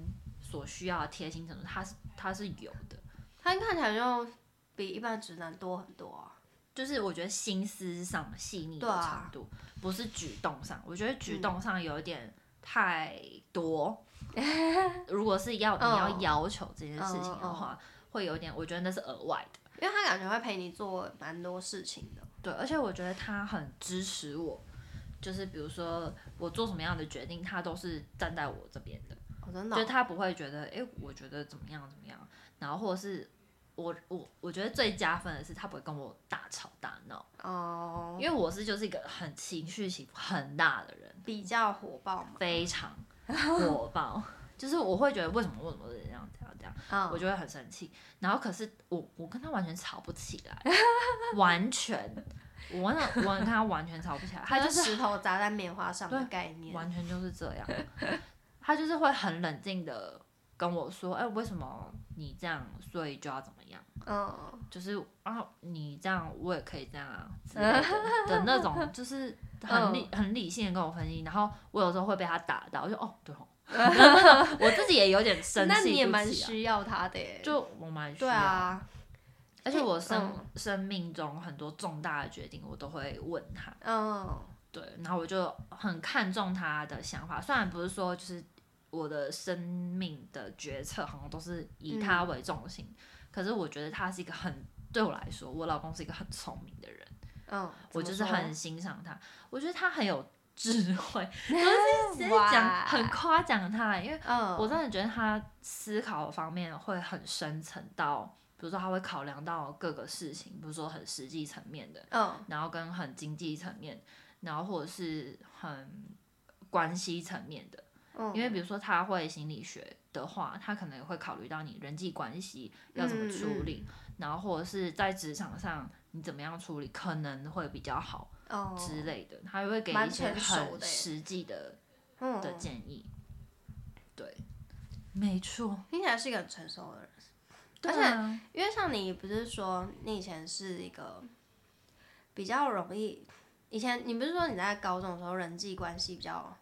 [SPEAKER 2] 所需要的贴心程度，他是他是有的。
[SPEAKER 1] 他看起来就比一般直男多很多啊，
[SPEAKER 2] 就是我觉得心思上细腻的
[SPEAKER 1] 对啊
[SPEAKER 2] 程度，不是举动上。我觉得举动上有一点太 多。如果是要你要
[SPEAKER 1] 哦
[SPEAKER 2] 要求这件事情
[SPEAKER 1] 哦
[SPEAKER 2] 的
[SPEAKER 1] 哦
[SPEAKER 2] 话，会有点，我觉得那是额外的。
[SPEAKER 1] 因为他感觉会陪你做蛮多事情的，
[SPEAKER 2] 对，而且我觉得他很支持我，就是比如说我做什么样的决定，他都是站在我这边的。
[SPEAKER 1] 哦，真的
[SPEAKER 2] 就
[SPEAKER 1] 哦，
[SPEAKER 2] 他不会觉得，哎、我觉得怎么样怎么样，然后或者是我我我觉得最加分的是他不会跟我大吵大闹，
[SPEAKER 1] 哦，
[SPEAKER 2] 因为我是就是一个很情绪起伏很大的人，
[SPEAKER 1] 比较火爆嘛，
[SPEAKER 2] 非常火爆， 就是我会觉得为什么为什么这样这样这样，
[SPEAKER 1] 嗯
[SPEAKER 2] 我就会很生气，然后可是我我跟他完全吵不起来， 完全。我那我跟他完全吵不起来，他
[SPEAKER 1] 它
[SPEAKER 2] 就
[SPEAKER 1] 就是石头砸在棉花上的
[SPEAKER 2] 对
[SPEAKER 1] 概念。
[SPEAKER 2] 完全就是这样。他就是会很冷静的跟我说：“哎、为什么你这样，所以就要怎么样？
[SPEAKER 1] 嗯，
[SPEAKER 2] 就是啊，你这样我也可以这样啊之类 的的那种，就是很
[SPEAKER 1] 嗯
[SPEAKER 2] 理、很理性的跟我分析。然后我有时候会被他打到，我就哦 对哦，我自己也有点生气、
[SPEAKER 1] 那你也蛮
[SPEAKER 2] 对不起啊
[SPEAKER 1] 需要它的耶。
[SPEAKER 2] 就我蛮需
[SPEAKER 1] 对
[SPEAKER 2] 要。
[SPEAKER 1] 啊，
[SPEAKER 2] 而且我生、
[SPEAKER 1] 嗯
[SPEAKER 2] 生命中很多重大的决定，我都会问他。
[SPEAKER 1] 嗯，
[SPEAKER 2] 对，然后我就很看重他的想法，虽然不是说就是我的生命的决策好像都是以他为重心，可是我觉得他是一个很对我来说，我老公是一个很聪明的人，
[SPEAKER 1] 嗯，
[SPEAKER 2] 我就是
[SPEAKER 1] 怎么
[SPEAKER 2] 很欣赏他，我觉得他很有智慧，
[SPEAKER 1] 说
[SPEAKER 2] 直接
[SPEAKER 1] 哇
[SPEAKER 2] 讲很夸奖他，因为
[SPEAKER 1] 嗯，
[SPEAKER 2] 我真的觉得他思考方面会很深层到。比如说，他会考量到各个事情，比如说很实际层面的，
[SPEAKER 1] 嗯
[SPEAKER 2] 然后跟很经济层面，然后或者是很关系层面的，
[SPEAKER 1] 嗯，
[SPEAKER 2] 因为比如说他会心理学的话，他可能也会考虑到你人际关系要怎
[SPEAKER 1] 嗯
[SPEAKER 2] 么处理，然后或者是在职场上你怎么样处理可能会比较好
[SPEAKER 1] 哦
[SPEAKER 2] 之类的，他会给
[SPEAKER 1] 蛮
[SPEAKER 2] 一些
[SPEAKER 1] 成熟
[SPEAKER 2] 很
[SPEAKER 1] 的耶
[SPEAKER 2] 实际的
[SPEAKER 1] 嗯
[SPEAKER 2] 的建议。对，没错，
[SPEAKER 1] 听起来是一个很成熟的人。而且
[SPEAKER 2] 对啊
[SPEAKER 1] 因为像你不是说你以前是一个比较容易，以前你不是说你在高中的时候人际关系比较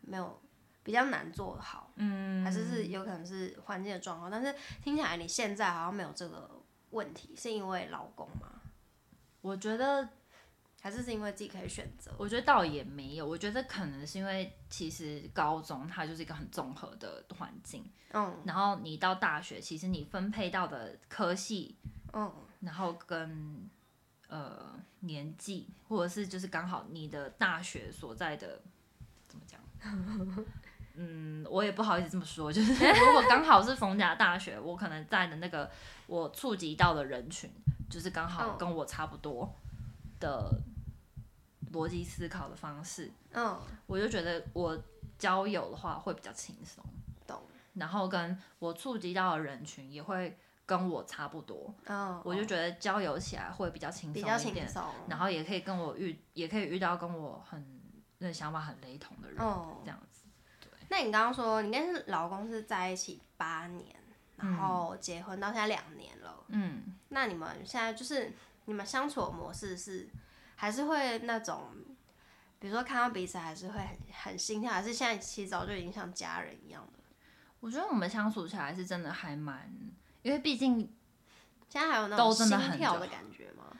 [SPEAKER 1] 没有比较难做好，嗯，还是是有可能是环境的状况，但是听起来你现在好像没有这个问题，是因为老公吗？
[SPEAKER 2] 我觉得
[SPEAKER 1] 还是是因为自己可以选择？
[SPEAKER 2] 我觉得倒也没有，我觉得可能是因为其实高中它就是一个很综合的环境，
[SPEAKER 1] 嗯
[SPEAKER 2] 然后你到大学，其实你分配到的科系，
[SPEAKER 1] 嗯
[SPEAKER 2] 然后跟呃年纪，或者是就是刚好你的大学所在的怎么讲？ 嗯，我也不好意思这么说，就是 如果刚好是逢甲大学，我可能在的那个我触及到的人群，就是刚好
[SPEAKER 1] 嗯
[SPEAKER 2] 跟我差不多的逻辑思考的方式，
[SPEAKER 1] 嗯，
[SPEAKER 2] 我就觉得我交友的话会比较轻松，
[SPEAKER 1] 懂。
[SPEAKER 2] 然后跟我触及到的人群也会跟我差不多，
[SPEAKER 1] 嗯，
[SPEAKER 2] 我就觉得交友起来会比较轻
[SPEAKER 1] 比较
[SPEAKER 2] 松一
[SPEAKER 1] 轻
[SPEAKER 2] 点，
[SPEAKER 1] 松。
[SPEAKER 2] 然后也可以跟我遇，也可以遇到跟我很那想法很雷同的人，
[SPEAKER 1] 哦
[SPEAKER 2] 这样子。
[SPEAKER 1] 那你刚刚说你跟老公是在一起八年，然后结婚到现在两年了，
[SPEAKER 2] 嗯，
[SPEAKER 1] 那你们现在就是你们相处的模式是还是会那种，比如说看到彼此还是会很很心跳，还是现在其实早就已经像家人一样了？
[SPEAKER 2] 我觉得我们相处起来是真的还蛮，因为毕竟，
[SPEAKER 1] 现在还有那种
[SPEAKER 2] 都真
[SPEAKER 1] 心
[SPEAKER 2] 的很
[SPEAKER 1] 跳
[SPEAKER 2] 久
[SPEAKER 1] 的感觉吗？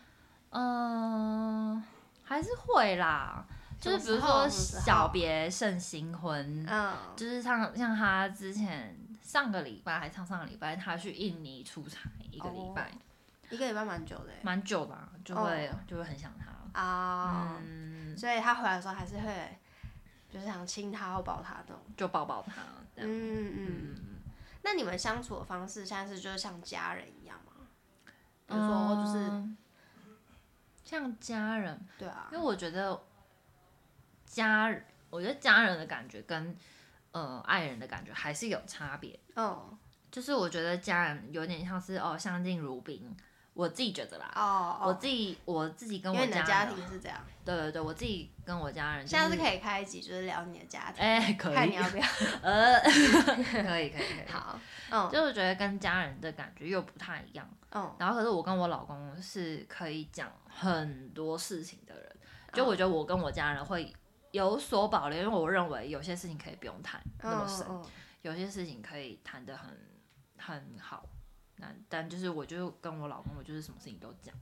[SPEAKER 2] 嗯、还是会啦，就是比如
[SPEAKER 1] 什
[SPEAKER 2] 说
[SPEAKER 1] 么时候
[SPEAKER 2] 小别胜新婚，
[SPEAKER 1] 嗯，
[SPEAKER 2] 就是像像他之前上个礼拜还上上个礼拜，他去印尼出差一个礼
[SPEAKER 1] 哦
[SPEAKER 2] 拜，
[SPEAKER 1] 一个礼拜蛮久的欸
[SPEAKER 2] 蛮、久吧，就会、就会很想他。
[SPEAKER 1] 啊，
[SPEAKER 2] 嗯，
[SPEAKER 1] 所以他回来的时候还是会，就是想亲他或抱他这种。
[SPEAKER 2] 就抱抱他这样。
[SPEAKER 1] 嗯嗯。那你们相处的方式现在是就是像家人一样吗？比如说哦就是、
[SPEAKER 2] 嗯像家人，
[SPEAKER 1] 对啊，
[SPEAKER 2] 因为我觉得家，我觉得家人的感觉跟呃爱人的感觉还是有差别。
[SPEAKER 1] 嗯
[SPEAKER 2] 就是我觉得家人有点像是哦相敬如宾，我自己觉得啦，
[SPEAKER 1] 哦，
[SPEAKER 2] 我
[SPEAKER 1] 哦
[SPEAKER 2] 自己我自己跟
[SPEAKER 1] 因
[SPEAKER 2] 我
[SPEAKER 1] 为你的家
[SPEAKER 2] 人，啊嗯
[SPEAKER 1] 庭是这样，
[SPEAKER 2] 对对对，我自己跟我家人、就是，
[SPEAKER 1] 下次可以开一集就是聊你的家庭，
[SPEAKER 2] 哎、可
[SPEAKER 1] 看你
[SPEAKER 2] 以，
[SPEAKER 1] 要不要。
[SPEAKER 2] 呃，可以可以可以，
[SPEAKER 1] 好，嗯
[SPEAKER 2] 就我觉得跟家人的感觉又不太一样。
[SPEAKER 1] 嗯
[SPEAKER 2] 然后可是我跟我老公是可以讲很多事情的人，就
[SPEAKER 1] 嗯
[SPEAKER 2] 我觉得我跟我家人会有所保留，因为我认为有些事情可以不用谈那么深，
[SPEAKER 1] 嗯嗯
[SPEAKER 2] 有些事情可以谈得很很好。那但就是我就跟我老公，我就是什么事情都讲，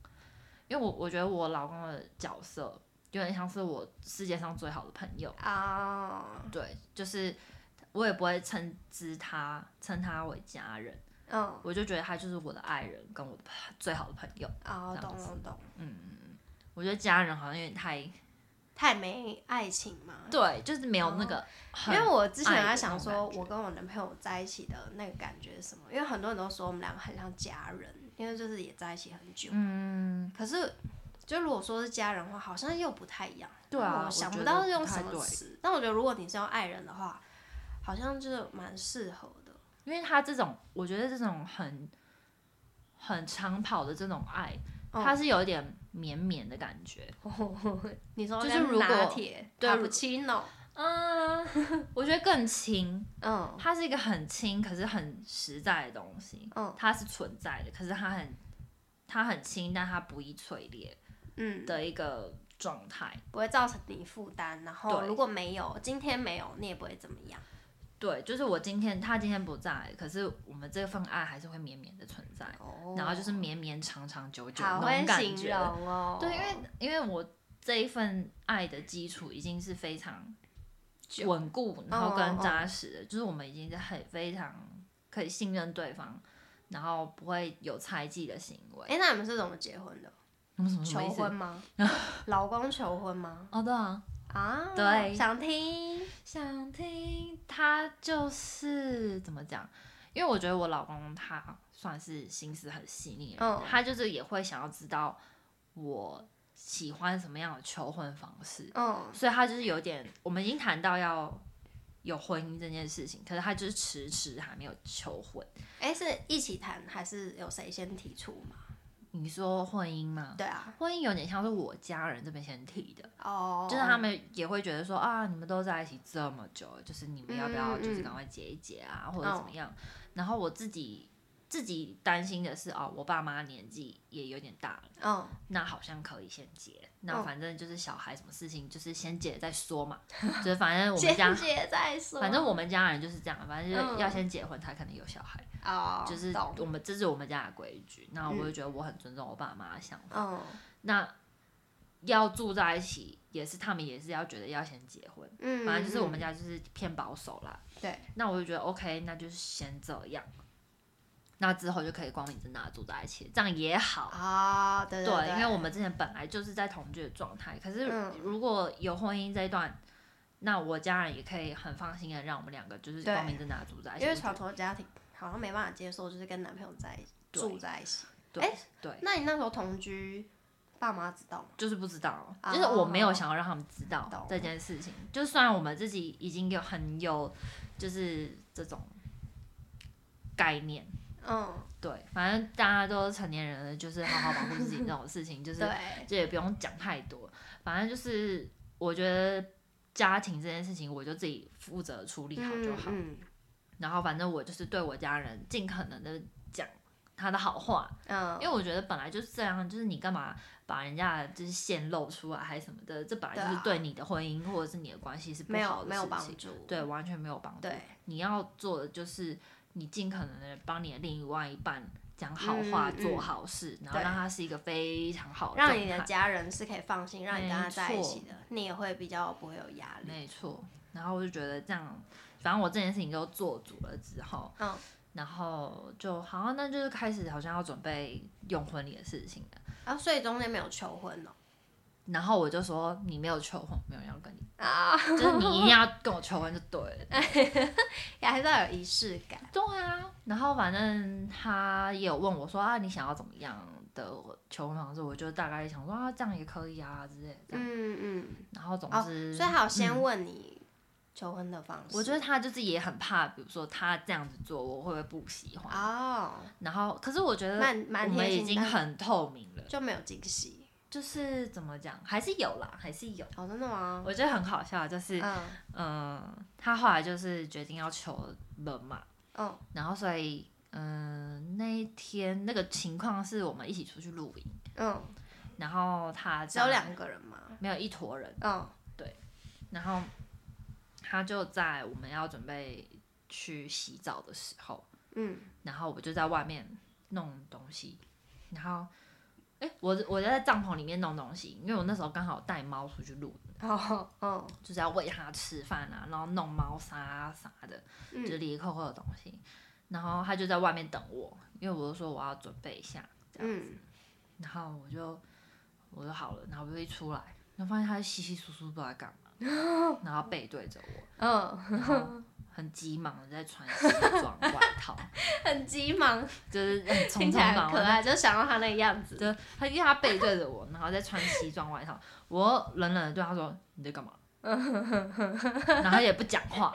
[SPEAKER 2] 因为我我觉得我老公的角色有点像是我世界上最好的朋友，
[SPEAKER 1] 啊
[SPEAKER 2] 对，就是我也不会称之他称他为家人，
[SPEAKER 1] 嗯
[SPEAKER 2] 我就觉得他就是我的爱人跟我的朋最好的朋友。
[SPEAKER 1] 啊，
[SPEAKER 2] 这样
[SPEAKER 1] 懂
[SPEAKER 2] 子
[SPEAKER 1] 懂懂，
[SPEAKER 2] 我觉得家人好像有点太
[SPEAKER 1] 太没爱情嘛。
[SPEAKER 2] 对，就是没有那个
[SPEAKER 1] 因
[SPEAKER 2] 很，
[SPEAKER 1] 为我之前有
[SPEAKER 2] 爱
[SPEAKER 1] 在
[SPEAKER 2] 的
[SPEAKER 1] 想
[SPEAKER 2] 那种
[SPEAKER 1] 说，
[SPEAKER 2] 感觉
[SPEAKER 1] 我跟我男朋友在一起的那个感觉是什么？因为很多人都说我们两个很像家人，因为就是也在一起很久。
[SPEAKER 2] 嗯，
[SPEAKER 1] 可是，就如果说是家人的话，好像又不太一样。
[SPEAKER 2] 对啊
[SPEAKER 1] 我
[SPEAKER 2] 我
[SPEAKER 1] 想
[SPEAKER 2] 觉
[SPEAKER 1] 不
[SPEAKER 2] 得
[SPEAKER 1] 到
[SPEAKER 2] 不
[SPEAKER 1] 用
[SPEAKER 2] 太
[SPEAKER 1] 什么
[SPEAKER 2] 对
[SPEAKER 1] 词。但我觉得，如果你是用爱人的话，好像就是蛮适合的。
[SPEAKER 2] 因为他这种，我觉得这种很很长跑的这种爱，
[SPEAKER 1] 嗯
[SPEAKER 2] 它是有一点绵绵的感觉。
[SPEAKER 1] 你说
[SPEAKER 2] 就是
[SPEAKER 1] 跟
[SPEAKER 2] 如
[SPEAKER 1] 拿
[SPEAKER 2] 果
[SPEAKER 1] 铁、
[SPEAKER 2] 对
[SPEAKER 1] 卡
[SPEAKER 2] 如
[SPEAKER 1] 布奇诺，
[SPEAKER 2] 嗯，我觉得更轻，
[SPEAKER 1] 啊嗯
[SPEAKER 2] 它是一个很轻，可是很实在的东西。
[SPEAKER 1] 嗯
[SPEAKER 2] 它是存在的，可是它很它很轻，但它不易碎裂
[SPEAKER 1] 嗯，
[SPEAKER 2] 的一个状态。
[SPEAKER 1] 不会造成你负担。然后
[SPEAKER 2] 对
[SPEAKER 1] 如果没有，今天没有，你也不会怎么样。
[SPEAKER 2] 对，就是我今天他今天不在，可是我们这份爱还是会绵绵的存在。
[SPEAKER 1] 哦
[SPEAKER 2] 然后就是绵绵长长久久
[SPEAKER 1] 好
[SPEAKER 2] 那
[SPEAKER 1] 会
[SPEAKER 2] 种感
[SPEAKER 1] 形
[SPEAKER 2] 觉。
[SPEAKER 1] 容哦。
[SPEAKER 2] 对，因为因为我这一份爱的基础已经是非常
[SPEAKER 1] 久
[SPEAKER 2] 稳固，然后
[SPEAKER 1] 嗯嗯
[SPEAKER 2] 跟
[SPEAKER 1] 嗯
[SPEAKER 2] 扎实的，就是我们已经是很非常可以信任对方，然后不会有猜忌的行为。
[SPEAKER 1] 哎，那你们是怎么结婚的？
[SPEAKER 2] 什么什么什
[SPEAKER 1] 求
[SPEAKER 2] 么意思
[SPEAKER 1] 婚？ 吗？老公求婚吗？
[SPEAKER 2] 哦，对啊，
[SPEAKER 1] 啊，
[SPEAKER 2] 对
[SPEAKER 1] 想听。
[SPEAKER 2] 想听他就是怎么讲？因为我觉得我老公他算是心思很细腻的人，
[SPEAKER 1] 嗯
[SPEAKER 2] 他就是也会想要知道我喜欢什么样的求婚方式，
[SPEAKER 1] 嗯
[SPEAKER 2] 所以他就是有点，我们已经谈到要有婚姻这件事情，可是他就是迟迟还没有求婚。
[SPEAKER 1] 哎、是一起谈还是有谁先提出嘛？
[SPEAKER 2] 你说婚姻吗？
[SPEAKER 1] 对啊，
[SPEAKER 2] 婚姻有点像是我家人这边先提的，
[SPEAKER 1] 哦，
[SPEAKER 2] 就是他们也会觉得说啊，你们都在一起这么久了，就是你们要不要
[SPEAKER 1] 嗯嗯
[SPEAKER 2] 就是赶快结一结啊，或者怎么样？
[SPEAKER 1] 嗯
[SPEAKER 2] 然后我自己自己担心的是哦，我爸妈年纪也有点大了，
[SPEAKER 1] 嗯，
[SPEAKER 2] 那好像可以先结，那
[SPEAKER 1] 哦
[SPEAKER 2] 反正就是小孩什么事情就是先结再说嘛， 就是反正我们家
[SPEAKER 1] 先结再说，
[SPEAKER 2] 反正我们家人就是这样，反正就是
[SPEAKER 1] 嗯
[SPEAKER 2] 要先结婚才可能有小孩，
[SPEAKER 1] 哦，
[SPEAKER 2] 就是
[SPEAKER 1] 懂，
[SPEAKER 2] 我们这是我们家的规矩。那我
[SPEAKER 1] 嗯
[SPEAKER 2] 啊就觉得我很尊重我爸妈的想法。
[SPEAKER 1] 嗯
[SPEAKER 2] 那要住在一起，也是他们也是要觉得要先结婚。
[SPEAKER 1] 嗯，
[SPEAKER 2] 反正就是我们
[SPEAKER 1] 嗯
[SPEAKER 2] 家就是偏保守啦。
[SPEAKER 1] 对，
[SPEAKER 2] 那我就觉得 OK，那就是先这样。那之后就可以光明正大地住在一起，这样也好。
[SPEAKER 1] 啊，对对，
[SPEAKER 2] 因为我们之前本来就是在同居的状态，可是
[SPEAKER 1] 嗯
[SPEAKER 2] 如果有婚姻这一段，那我家人也可以很放心的让我们两个就是
[SPEAKER 1] 对
[SPEAKER 2] 光明正大地住在一起。
[SPEAKER 1] 因为
[SPEAKER 2] 我觉
[SPEAKER 1] 传
[SPEAKER 2] 得
[SPEAKER 1] 统家庭好像没办法接受，就是跟男朋友在一起
[SPEAKER 2] 对
[SPEAKER 1] 住在一起。
[SPEAKER 2] 对、
[SPEAKER 1] 哎
[SPEAKER 2] 对，
[SPEAKER 1] 那你那时候同居，爸妈知道吗？
[SPEAKER 2] 就是不知道，
[SPEAKER 1] 哦
[SPEAKER 2] 就是我没有想要让他们知道
[SPEAKER 1] 懂
[SPEAKER 2] 这件事情。就虽然我们自己已经有很有就是这种概念，
[SPEAKER 1] 嗯，
[SPEAKER 2] 对，反正大家都是成年人了，就是好好保护自己这种事情，就是
[SPEAKER 1] 对，
[SPEAKER 2] 这也不用讲太多，反正就是我觉得家庭这件事情，我就自己负责处理好就好。
[SPEAKER 1] 嗯
[SPEAKER 2] 然后反正我就是对我家人尽可能的讲他的好话，
[SPEAKER 1] 嗯，
[SPEAKER 2] 因为我觉得本来就是这样，就是你干嘛把人家的就是线露出来还是什么的，这本来就
[SPEAKER 1] 对
[SPEAKER 2] 是
[SPEAKER 1] 啊
[SPEAKER 2] 对你的婚姻或者是你的关系是不
[SPEAKER 1] 没
[SPEAKER 2] 好
[SPEAKER 1] 有
[SPEAKER 2] 的
[SPEAKER 1] 没有
[SPEAKER 2] 事
[SPEAKER 1] 帮
[SPEAKER 2] 情
[SPEAKER 1] 助，
[SPEAKER 2] 对，完全没有帮助。
[SPEAKER 1] 对，
[SPEAKER 2] 你要做的就是你尽可能的帮你的另外一半讲好话、
[SPEAKER 1] 嗯嗯
[SPEAKER 2] 做好事，然后
[SPEAKER 1] 对
[SPEAKER 2] 让他是一个非常好的
[SPEAKER 1] 让你
[SPEAKER 2] 状
[SPEAKER 1] 的
[SPEAKER 2] 态
[SPEAKER 1] 家人是可以放心让你跟他
[SPEAKER 2] 没
[SPEAKER 1] 在一
[SPEAKER 2] 错
[SPEAKER 1] 起的，你也会比较不会有压力。
[SPEAKER 2] 没错，然后我就觉得这样，反正我这件事情都做足了之后，
[SPEAKER 1] 嗯，
[SPEAKER 2] 然后就好，啊那就是开始好像要准备用婚礼的事情了。
[SPEAKER 1] 啊，所以中间没有求婚哦。
[SPEAKER 2] 然后我就说你没有求婚，没有人要跟你，
[SPEAKER 1] 啊，
[SPEAKER 2] 就是你一 定要跟我求婚就对了。
[SPEAKER 1] 也还是要有仪式感。
[SPEAKER 2] 对啊，然后反正他也有问我说啊，你想要怎么样的求婚方式？我就大概想说啊，这样也可以啊之类的。这样
[SPEAKER 1] 嗯
[SPEAKER 2] 然后总
[SPEAKER 1] 哦
[SPEAKER 2] 之，
[SPEAKER 1] 嗯，所以还有先问你求婚的方式。
[SPEAKER 2] 我觉得他就是也很怕，比如说他这样子做，我会不会不喜欢？
[SPEAKER 1] 哦，
[SPEAKER 2] 然后可是我觉得
[SPEAKER 1] 蛮蛮
[SPEAKER 2] 我们
[SPEAKER 1] 贴心
[SPEAKER 2] 已经
[SPEAKER 1] 但
[SPEAKER 2] 很透明了，
[SPEAKER 1] 就没有惊喜。
[SPEAKER 2] 就是怎么讲，还是有啦，还是有。
[SPEAKER 1] 哦，真的吗？
[SPEAKER 2] 我觉得很好笑，就是嗯、
[SPEAKER 1] 嗯
[SPEAKER 2] 呃他后来就是决定要求人嘛，
[SPEAKER 1] 嗯
[SPEAKER 2] 然后所以嗯、呃那一天那个情况是我们一起出去露营，
[SPEAKER 1] 嗯，
[SPEAKER 2] 然后他
[SPEAKER 1] 只有
[SPEAKER 2] 在
[SPEAKER 1] 两个人嘛。
[SPEAKER 2] 没有一坨人，
[SPEAKER 1] 嗯
[SPEAKER 2] 然后他就在我们要准备去洗澡的时候，
[SPEAKER 1] 嗯
[SPEAKER 2] 然后我就在外面弄东西，然后。哎、我我在帐篷里面弄东西，因为我那时候刚好带猫出去露
[SPEAKER 1] 哦嗯
[SPEAKER 2] 就是要喂它吃饭啊，然后弄猫砂啊啥的，
[SPEAKER 1] 嗯
[SPEAKER 2] 就是里里扣扣的东西。然后他就在外面等我，因为我就说我要准备一下，
[SPEAKER 1] 嗯，
[SPEAKER 2] 然后我就我就好了，然后我就一出来，然后发现他稀稀疏疏不知道在 干嘛，然后背对着我，
[SPEAKER 1] 嗯，
[SPEAKER 2] 然后很急忙的在穿西装外套，
[SPEAKER 1] 很急忙，
[SPEAKER 2] 就是很匆
[SPEAKER 1] 听起
[SPEAKER 2] 匆
[SPEAKER 1] 来
[SPEAKER 2] 忙
[SPEAKER 1] 很可
[SPEAKER 2] 忙
[SPEAKER 1] 爱，就想到他那个样子。
[SPEAKER 2] 就他因为他背对着我，然后再穿西装外套，我冷冷的对他说：“你在干嘛？”然后他也不讲话，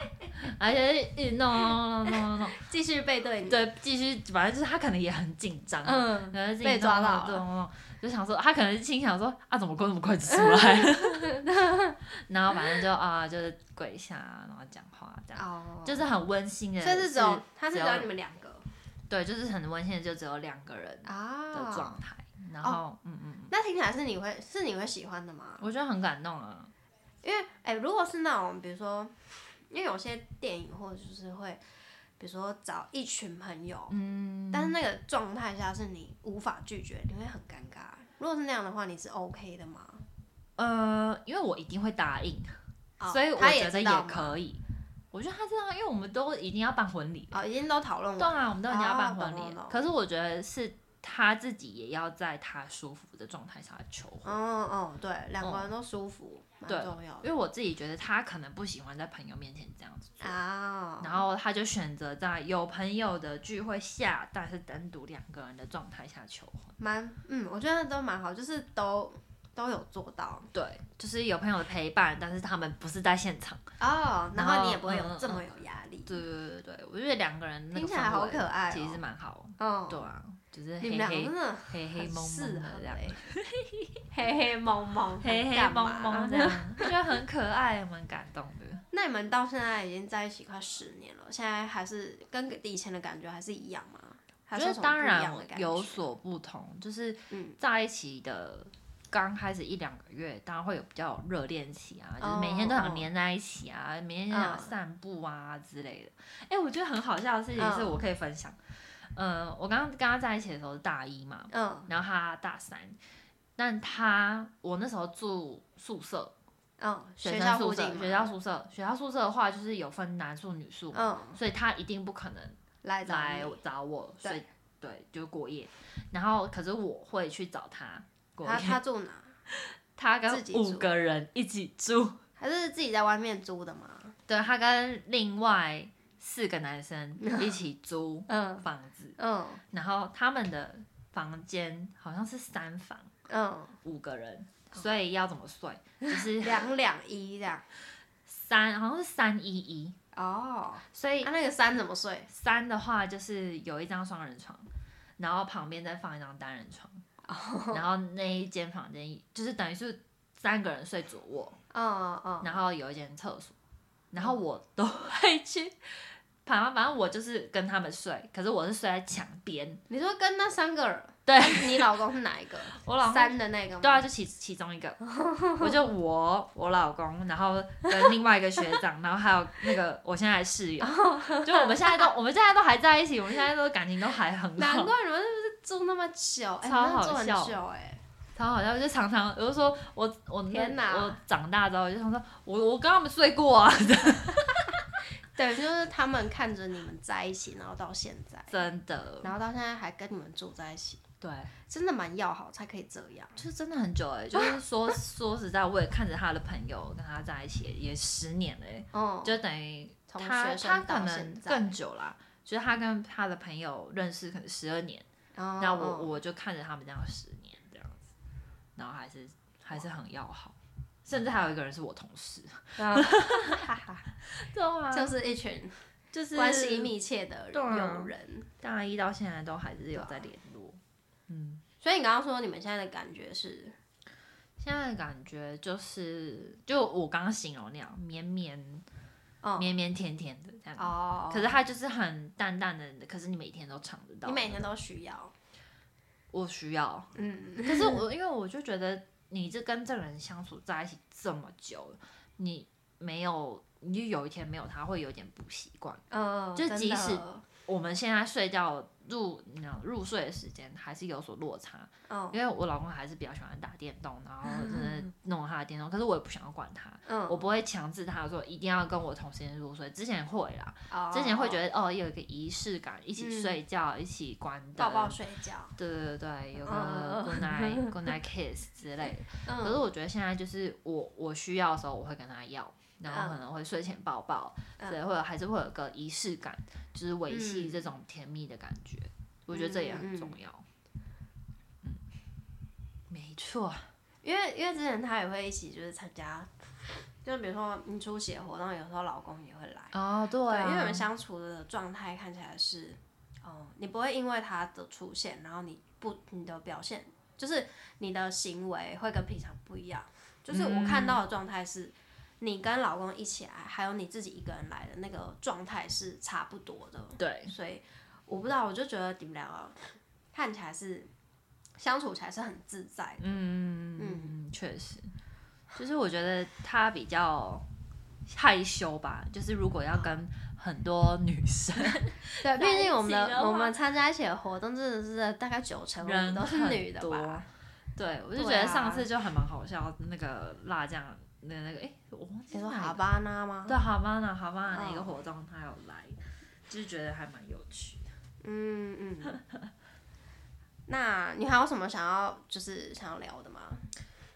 [SPEAKER 2] 而且一直弄弄弄弄弄弄，
[SPEAKER 1] 继续背对你。
[SPEAKER 2] 对，啊继续，反正就是他可能也很紧张，
[SPEAKER 1] 嗯，
[SPEAKER 2] 然后自己
[SPEAKER 1] 被抓
[SPEAKER 2] 弄弄
[SPEAKER 1] 到了
[SPEAKER 2] 弄弄弄，就想说他可能是心想说啊，怎么过那么快就出来？ 然后反正就啊，就是跪下，然后讲话这样，
[SPEAKER 1] 哦，
[SPEAKER 2] 就是很温馨的，
[SPEAKER 1] 所以是只有他是
[SPEAKER 2] 只
[SPEAKER 1] 只
[SPEAKER 2] 有
[SPEAKER 1] 有你们两个
[SPEAKER 2] 对，就是很温馨的，就只有两个人的
[SPEAKER 1] 啊。哦
[SPEAKER 2] 状态。然后，嗯嗯，嗯
[SPEAKER 1] 那听起来是你会是你会喜欢的吗？
[SPEAKER 2] 我觉得很感动啊。
[SPEAKER 1] 因为哎、如果是那种比如说，因为有些电影或者就是会，比如说找一群朋友，
[SPEAKER 2] 嗯，
[SPEAKER 1] 但是那个状态下是你无法拒绝，你会很尴尬。如果是那样的话，你是 OK 的吗？
[SPEAKER 2] 呃，因为我一定会答应，
[SPEAKER 1] 哦
[SPEAKER 2] 所以我
[SPEAKER 1] 他
[SPEAKER 2] 觉得
[SPEAKER 1] 知道
[SPEAKER 2] 也
[SPEAKER 1] 吗
[SPEAKER 2] 可以。我觉得他知道，因为我们都一定要办婚礼，
[SPEAKER 1] 哦，已经都讨论
[SPEAKER 2] 对
[SPEAKER 1] 完了。
[SPEAKER 2] 啊，我们都一定要办
[SPEAKER 1] 哦
[SPEAKER 2] 婚
[SPEAKER 1] 懂
[SPEAKER 2] 礼
[SPEAKER 1] 懂懂。
[SPEAKER 2] 可是我觉得是他自己也要在他舒服的状态下求婚，
[SPEAKER 1] 嗯嗯，对，两个
[SPEAKER 2] 嗯
[SPEAKER 1] 人都舒服，蛮
[SPEAKER 2] 对
[SPEAKER 1] 重要
[SPEAKER 2] 因为我自己觉得他可能不喜欢在朋友面前这样子
[SPEAKER 1] 的
[SPEAKER 2] 做。
[SPEAKER 1] 啊。
[SPEAKER 2] 然后他就选择在有朋友的聚会下，但是单独两个人的状态下求婚。
[SPEAKER 1] 蛮嗯，我觉得都蛮好，就是都都有做到
[SPEAKER 2] 对，就是有朋友的陪伴，但是他们不是在现场。
[SPEAKER 1] 哦，然
[SPEAKER 2] 然后
[SPEAKER 1] 后你也不会
[SPEAKER 2] 嗯
[SPEAKER 1] 有
[SPEAKER 2] 嗯
[SPEAKER 1] 这么有压力。
[SPEAKER 2] 对对对对，我觉得两个人那个
[SPEAKER 1] 听起来
[SPEAKER 2] 氛
[SPEAKER 1] 好
[SPEAKER 2] 围
[SPEAKER 1] 可爱
[SPEAKER 2] 其
[SPEAKER 1] 哦
[SPEAKER 2] 实是蛮好。
[SPEAKER 1] 嗯，
[SPEAKER 2] 对啊，就
[SPEAKER 1] 你
[SPEAKER 2] 是黑
[SPEAKER 1] 们两个
[SPEAKER 2] 黑
[SPEAKER 1] 真的
[SPEAKER 2] 黑黑
[SPEAKER 1] 很
[SPEAKER 2] 蒙蒙
[SPEAKER 1] 适
[SPEAKER 2] 的
[SPEAKER 1] 合
[SPEAKER 2] 这样，
[SPEAKER 1] 欸黑黑蒙蒙，
[SPEAKER 2] 黑黑
[SPEAKER 1] 干
[SPEAKER 2] 蒙
[SPEAKER 1] 嘛
[SPEAKER 2] 蒙 这。样，觉得很可爱，蛮感动的。
[SPEAKER 1] 那你们到现在已经在一起快十年了，现在还是跟以前的感觉还是一样吗？还
[SPEAKER 2] 我
[SPEAKER 1] 是有
[SPEAKER 2] 觉得
[SPEAKER 1] 什
[SPEAKER 2] 当
[SPEAKER 1] 么不一样的
[SPEAKER 2] 然
[SPEAKER 1] 感
[SPEAKER 2] 有
[SPEAKER 1] 觉
[SPEAKER 2] 所不同，就是
[SPEAKER 1] 嗯
[SPEAKER 2] 在一起的刚开始一两个月，当然会有比较热恋期啊，就是每天都
[SPEAKER 1] 哦哦
[SPEAKER 2] 想黏在一起啊，每天都想
[SPEAKER 1] 嗯
[SPEAKER 2] 散步啊之类的。哎，我觉得很好笑的事情
[SPEAKER 1] 嗯
[SPEAKER 2] 是我可以分呃享。嗯，我刚刚跟他在一起的时候是大一嘛，
[SPEAKER 1] 嗯
[SPEAKER 2] 然后他大三，但他我那时候住宿舍，
[SPEAKER 1] 嗯，
[SPEAKER 2] 学
[SPEAKER 1] 校
[SPEAKER 2] 生
[SPEAKER 1] 附
[SPEAKER 2] 宿
[SPEAKER 1] 近
[SPEAKER 2] 舍，
[SPEAKER 1] 嘛，
[SPEAKER 2] 学校宿舍，学校宿舍的话就是有分男宿女宿，
[SPEAKER 1] 嗯，
[SPEAKER 2] 所以他一定不可能
[SPEAKER 1] 来找
[SPEAKER 2] 来
[SPEAKER 1] 你
[SPEAKER 2] 找我，
[SPEAKER 1] 对
[SPEAKER 2] 所以对，就过夜。然后可是我会去找他过
[SPEAKER 1] 他
[SPEAKER 2] 夜，
[SPEAKER 1] 他住哪？
[SPEAKER 2] 他
[SPEAKER 1] 自
[SPEAKER 2] 跟
[SPEAKER 1] 己
[SPEAKER 2] 五
[SPEAKER 1] 住
[SPEAKER 2] 个人一起住，
[SPEAKER 1] 还是自己在外面租的嘛？
[SPEAKER 2] 对他跟另外四个男生 一起租
[SPEAKER 1] 嗯
[SPEAKER 2] 房子，
[SPEAKER 1] 嗯
[SPEAKER 2] 然后他们的房间好像是三房，
[SPEAKER 1] 嗯，
[SPEAKER 2] 五个人，
[SPEAKER 1] 哦
[SPEAKER 2] 所以要怎么睡？就是
[SPEAKER 1] 两两一这样。
[SPEAKER 2] 三，好像是三一一，
[SPEAKER 1] 哦，
[SPEAKER 2] 所以
[SPEAKER 1] 他、那个山怎么睡？
[SPEAKER 2] 三的话就是有一张双人床，然后旁边再放一张单人床，然后那一间房间就是等于是三个人睡主卧，
[SPEAKER 1] 嗯嗯
[SPEAKER 2] 然后有一间厕所，然后我都会去，反正反正我就是跟他们睡，可是我是睡在墙边
[SPEAKER 1] 嗯，，你说跟那三个人，
[SPEAKER 2] 对，
[SPEAKER 1] 你老公是哪一个？
[SPEAKER 2] 我 老公
[SPEAKER 1] 三的那个吗？
[SPEAKER 2] 对啊，就其其中 一个，我就我我老公，然后跟另外一个学长，然后还有那个我现在的室 友，就我们现在都我们现在都还在一起，我们现在都感情都还很
[SPEAKER 1] 难
[SPEAKER 2] 好，
[SPEAKER 1] 怪你们是不是住那么 久？哎、
[SPEAKER 2] 超
[SPEAKER 1] 你们
[SPEAKER 2] 好
[SPEAKER 1] 住很
[SPEAKER 2] 笑
[SPEAKER 1] 久哎、
[SPEAKER 2] 超好笑，就常常我就说我我那
[SPEAKER 1] 天哪
[SPEAKER 2] 我长大之后我就想说，我我跟他们睡过啊，
[SPEAKER 1] 对，就是他们看着你们在一起，然后到现在，
[SPEAKER 2] 真的，
[SPEAKER 1] 然后到现在还跟你们住在一起，
[SPEAKER 2] 对，
[SPEAKER 1] 真的蛮要好才可以这样。
[SPEAKER 2] 就是真的很久 哎、就是说说实在，我也看着他的朋友跟他在一起也十年了哎、
[SPEAKER 1] 哦、
[SPEAKER 2] 就等于
[SPEAKER 1] 从
[SPEAKER 2] 他
[SPEAKER 1] 学生
[SPEAKER 2] 他可
[SPEAKER 1] 到
[SPEAKER 2] 能
[SPEAKER 1] 现在
[SPEAKER 2] 更久啦，就是他跟他的朋友认识可能十二年。
[SPEAKER 1] 嗯，
[SPEAKER 2] 那我
[SPEAKER 1] 嗯
[SPEAKER 2] 我就看着他们这样十年这样子，然后还是还是很要好，甚至还有一个人是我同 事，
[SPEAKER 1] 嗯哈哈
[SPEAKER 2] 对啊就
[SPEAKER 1] 就是一群
[SPEAKER 2] 就是
[SPEAKER 1] 关系密切的
[SPEAKER 2] 对啊
[SPEAKER 1] 友人。
[SPEAKER 2] 大一到现在都还是有
[SPEAKER 1] 啊
[SPEAKER 2] 在联络。嗯，
[SPEAKER 1] 所以你刚刚说你们现在的感觉是，
[SPEAKER 2] 现在的感觉就是，就我刚刚形容那样，绵绵
[SPEAKER 1] 嗯，
[SPEAKER 2] 绵绵甜甜的这样。
[SPEAKER 1] 哦，
[SPEAKER 2] 可是它就是很淡淡的，可是你每天都尝得到。
[SPEAKER 1] 你每天都需要，
[SPEAKER 2] 我需 要，
[SPEAKER 1] 嗯，
[SPEAKER 2] 可是我因为我就觉得你这跟这个人相处在一起这么久了，你没有，你就有一天没有他会有点不习惯。
[SPEAKER 1] 嗯，
[SPEAKER 2] 就
[SPEAKER 1] 真
[SPEAKER 2] 即使
[SPEAKER 1] 的
[SPEAKER 2] 我们现在睡觉入你知道入睡的时间还是有所落差，
[SPEAKER 1] 嗯
[SPEAKER 2] 因为我老公还是比较喜欢打电动，然后就是弄他的电动，可是我也不想要管他。
[SPEAKER 1] 嗯，
[SPEAKER 2] 我不会强制他说一定要跟我同时间入睡，之前会啦，
[SPEAKER 1] 哦嗯
[SPEAKER 2] 之前会觉得哦有一个仪式感，一起睡觉，一起关灯，
[SPEAKER 1] 抱抱睡觉，
[SPEAKER 2] 对对对，有
[SPEAKER 1] 嗯
[SPEAKER 2] 个 good night good night kiss 之类的。可是
[SPEAKER 1] 嗯，
[SPEAKER 2] 我觉得现在就是我我需要的时候，我会跟他要，然后
[SPEAKER 1] 嗯
[SPEAKER 2] 可能会睡前抱抱，
[SPEAKER 1] 嗯
[SPEAKER 2] 对，或者还是会有个仪式感，就是维系
[SPEAKER 1] 嗯
[SPEAKER 2] 这种甜蜜的感觉。我觉得这也
[SPEAKER 1] 嗯嗯
[SPEAKER 2] 很
[SPEAKER 1] 嗯
[SPEAKER 2] 重要。嗯，没错，
[SPEAKER 1] 因为因为之前他也会一起就是参加，就是比如说你出席的活动，有时候老公也会来，
[SPEAKER 2] 哦，对
[SPEAKER 1] 因为
[SPEAKER 2] 啊
[SPEAKER 1] 你们相处的状态看起来是，哦，你不会因为他的出现，然后你不你的表现，就是你的行为会跟平常不一样。就是我看到的状态是，你跟老公一起来，还有你自己一个人来的那个状态是差不多的。
[SPEAKER 2] 对，
[SPEAKER 1] 所以我不知道，我就觉得你们两个看起来是相处起来是很自在的。
[SPEAKER 2] 嗯嗯，确实，就是我觉得他比较害羞吧，就是如果要跟很多女生
[SPEAKER 1] 对，毕
[SPEAKER 2] 在一
[SPEAKER 1] 竟我们
[SPEAKER 2] 起
[SPEAKER 1] 的
[SPEAKER 2] 的话
[SPEAKER 1] 我们参加一起的活动真的是大概九成我们
[SPEAKER 2] 人
[SPEAKER 1] 都是
[SPEAKER 2] 很
[SPEAKER 1] 女的吧。
[SPEAKER 2] 多对，我就觉
[SPEAKER 1] 对
[SPEAKER 2] 得
[SPEAKER 1] 啊
[SPEAKER 2] 上次就还蛮好笑，那个辣酱的那个，哎、我忘记
[SPEAKER 1] 你
[SPEAKER 2] 是
[SPEAKER 1] 说
[SPEAKER 2] 哪一
[SPEAKER 1] 哈
[SPEAKER 2] 个
[SPEAKER 1] 巴那吗？
[SPEAKER 2] 对，好吧，那好吧，哪一
[SPEAKER 1] 哦
[SPEAKER 2] 个活动他有来，就是觉得还蛮有趣的。
[SPEAKER 1] 嗯嗯。 那你还有什么想要就是想要聊的吗？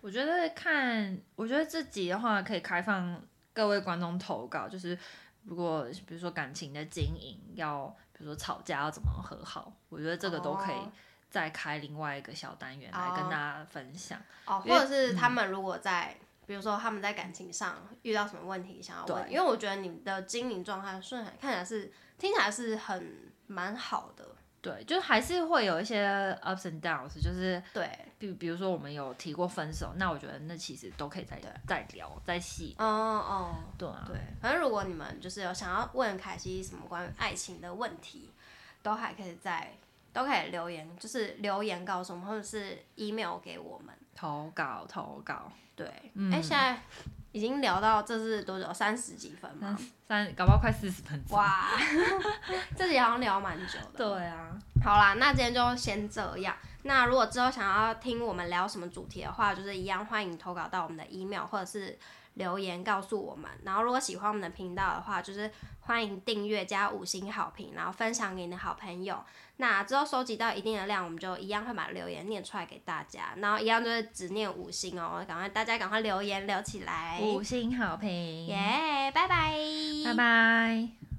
[SPEAKER 2] 我觉得看，我觉得这集的话可以开放各位观众投稿，就是如果比如说感情的经营要，比如说吵架要怎么和好，我觉得这个都可以
[SPEAKER 1] 哦
[SPEAKER 2] 再开另外一个小单元来跟
[SPEAKER 1] 哦
[SPEAKER 2] 大家分享。
[SPEAKER 1] 哦，或
[SPEAKER 2] 因为
[SPEAKER 1] 者是他们如果在，比如说他们在感情上遇到什么问题想要问，
[SPEAKER 2] 对
[SPEAKER 1] 因为我觉得你们的经营状态顺看起来是听起来是很蛮好的，
[SPEAKER 2] 对，就是还是会有一些 ups and downs，就是
[SPEAKER 1] 对，
[SPEAKER 2] 比比如说我们有提过分手，那我觉得那其实都可以再
[SPEAKER 1] 对
[SPEAKER 2] 再聊再细。
[SPEAKER 1] 哦哦。
[SPEAKER 2] 对啊，
[SPEAKER 1] 对，反正如果你们就是有想要问凯西什么关于爱情的问题，都还可以在都可以留言，就是留言告诉我们，或者是 email 给我们。
[SPEAKER 2] 投稿投稿，
[SPEAKER 1] 对，哎、
[SPEAKER 2] 嗯
[SPEAKER 1] 现在已经聊到这是多久？三十几分吗？
[SPEAKER 2] 三，搞不好快四十分钟。
[SPEAKER 1] 哇， 这集好像聊蛮久的。
[SPEAKER 2] 对啊，
[SPEAKER 1] 好啦，那今天就先这样。那如果之后想要听我们聊什么主题的话，就是一样欢迎投稿到我们的 email 或者是留言告诉我们。然后如果喜欢我们的频道的话，就是欢迎订阅加五星好评，然后分享给你的好朋友。那之后收集到一定的量，我们就一样会把留言念出来给大家。然后一样就是只念五星哦，赶快大家赶快留言留起来。
[SPEAKER 2] 五星好评，
[SPEAKER 1] 耶，拜拜，
[SPEAKER 2] 拜拜。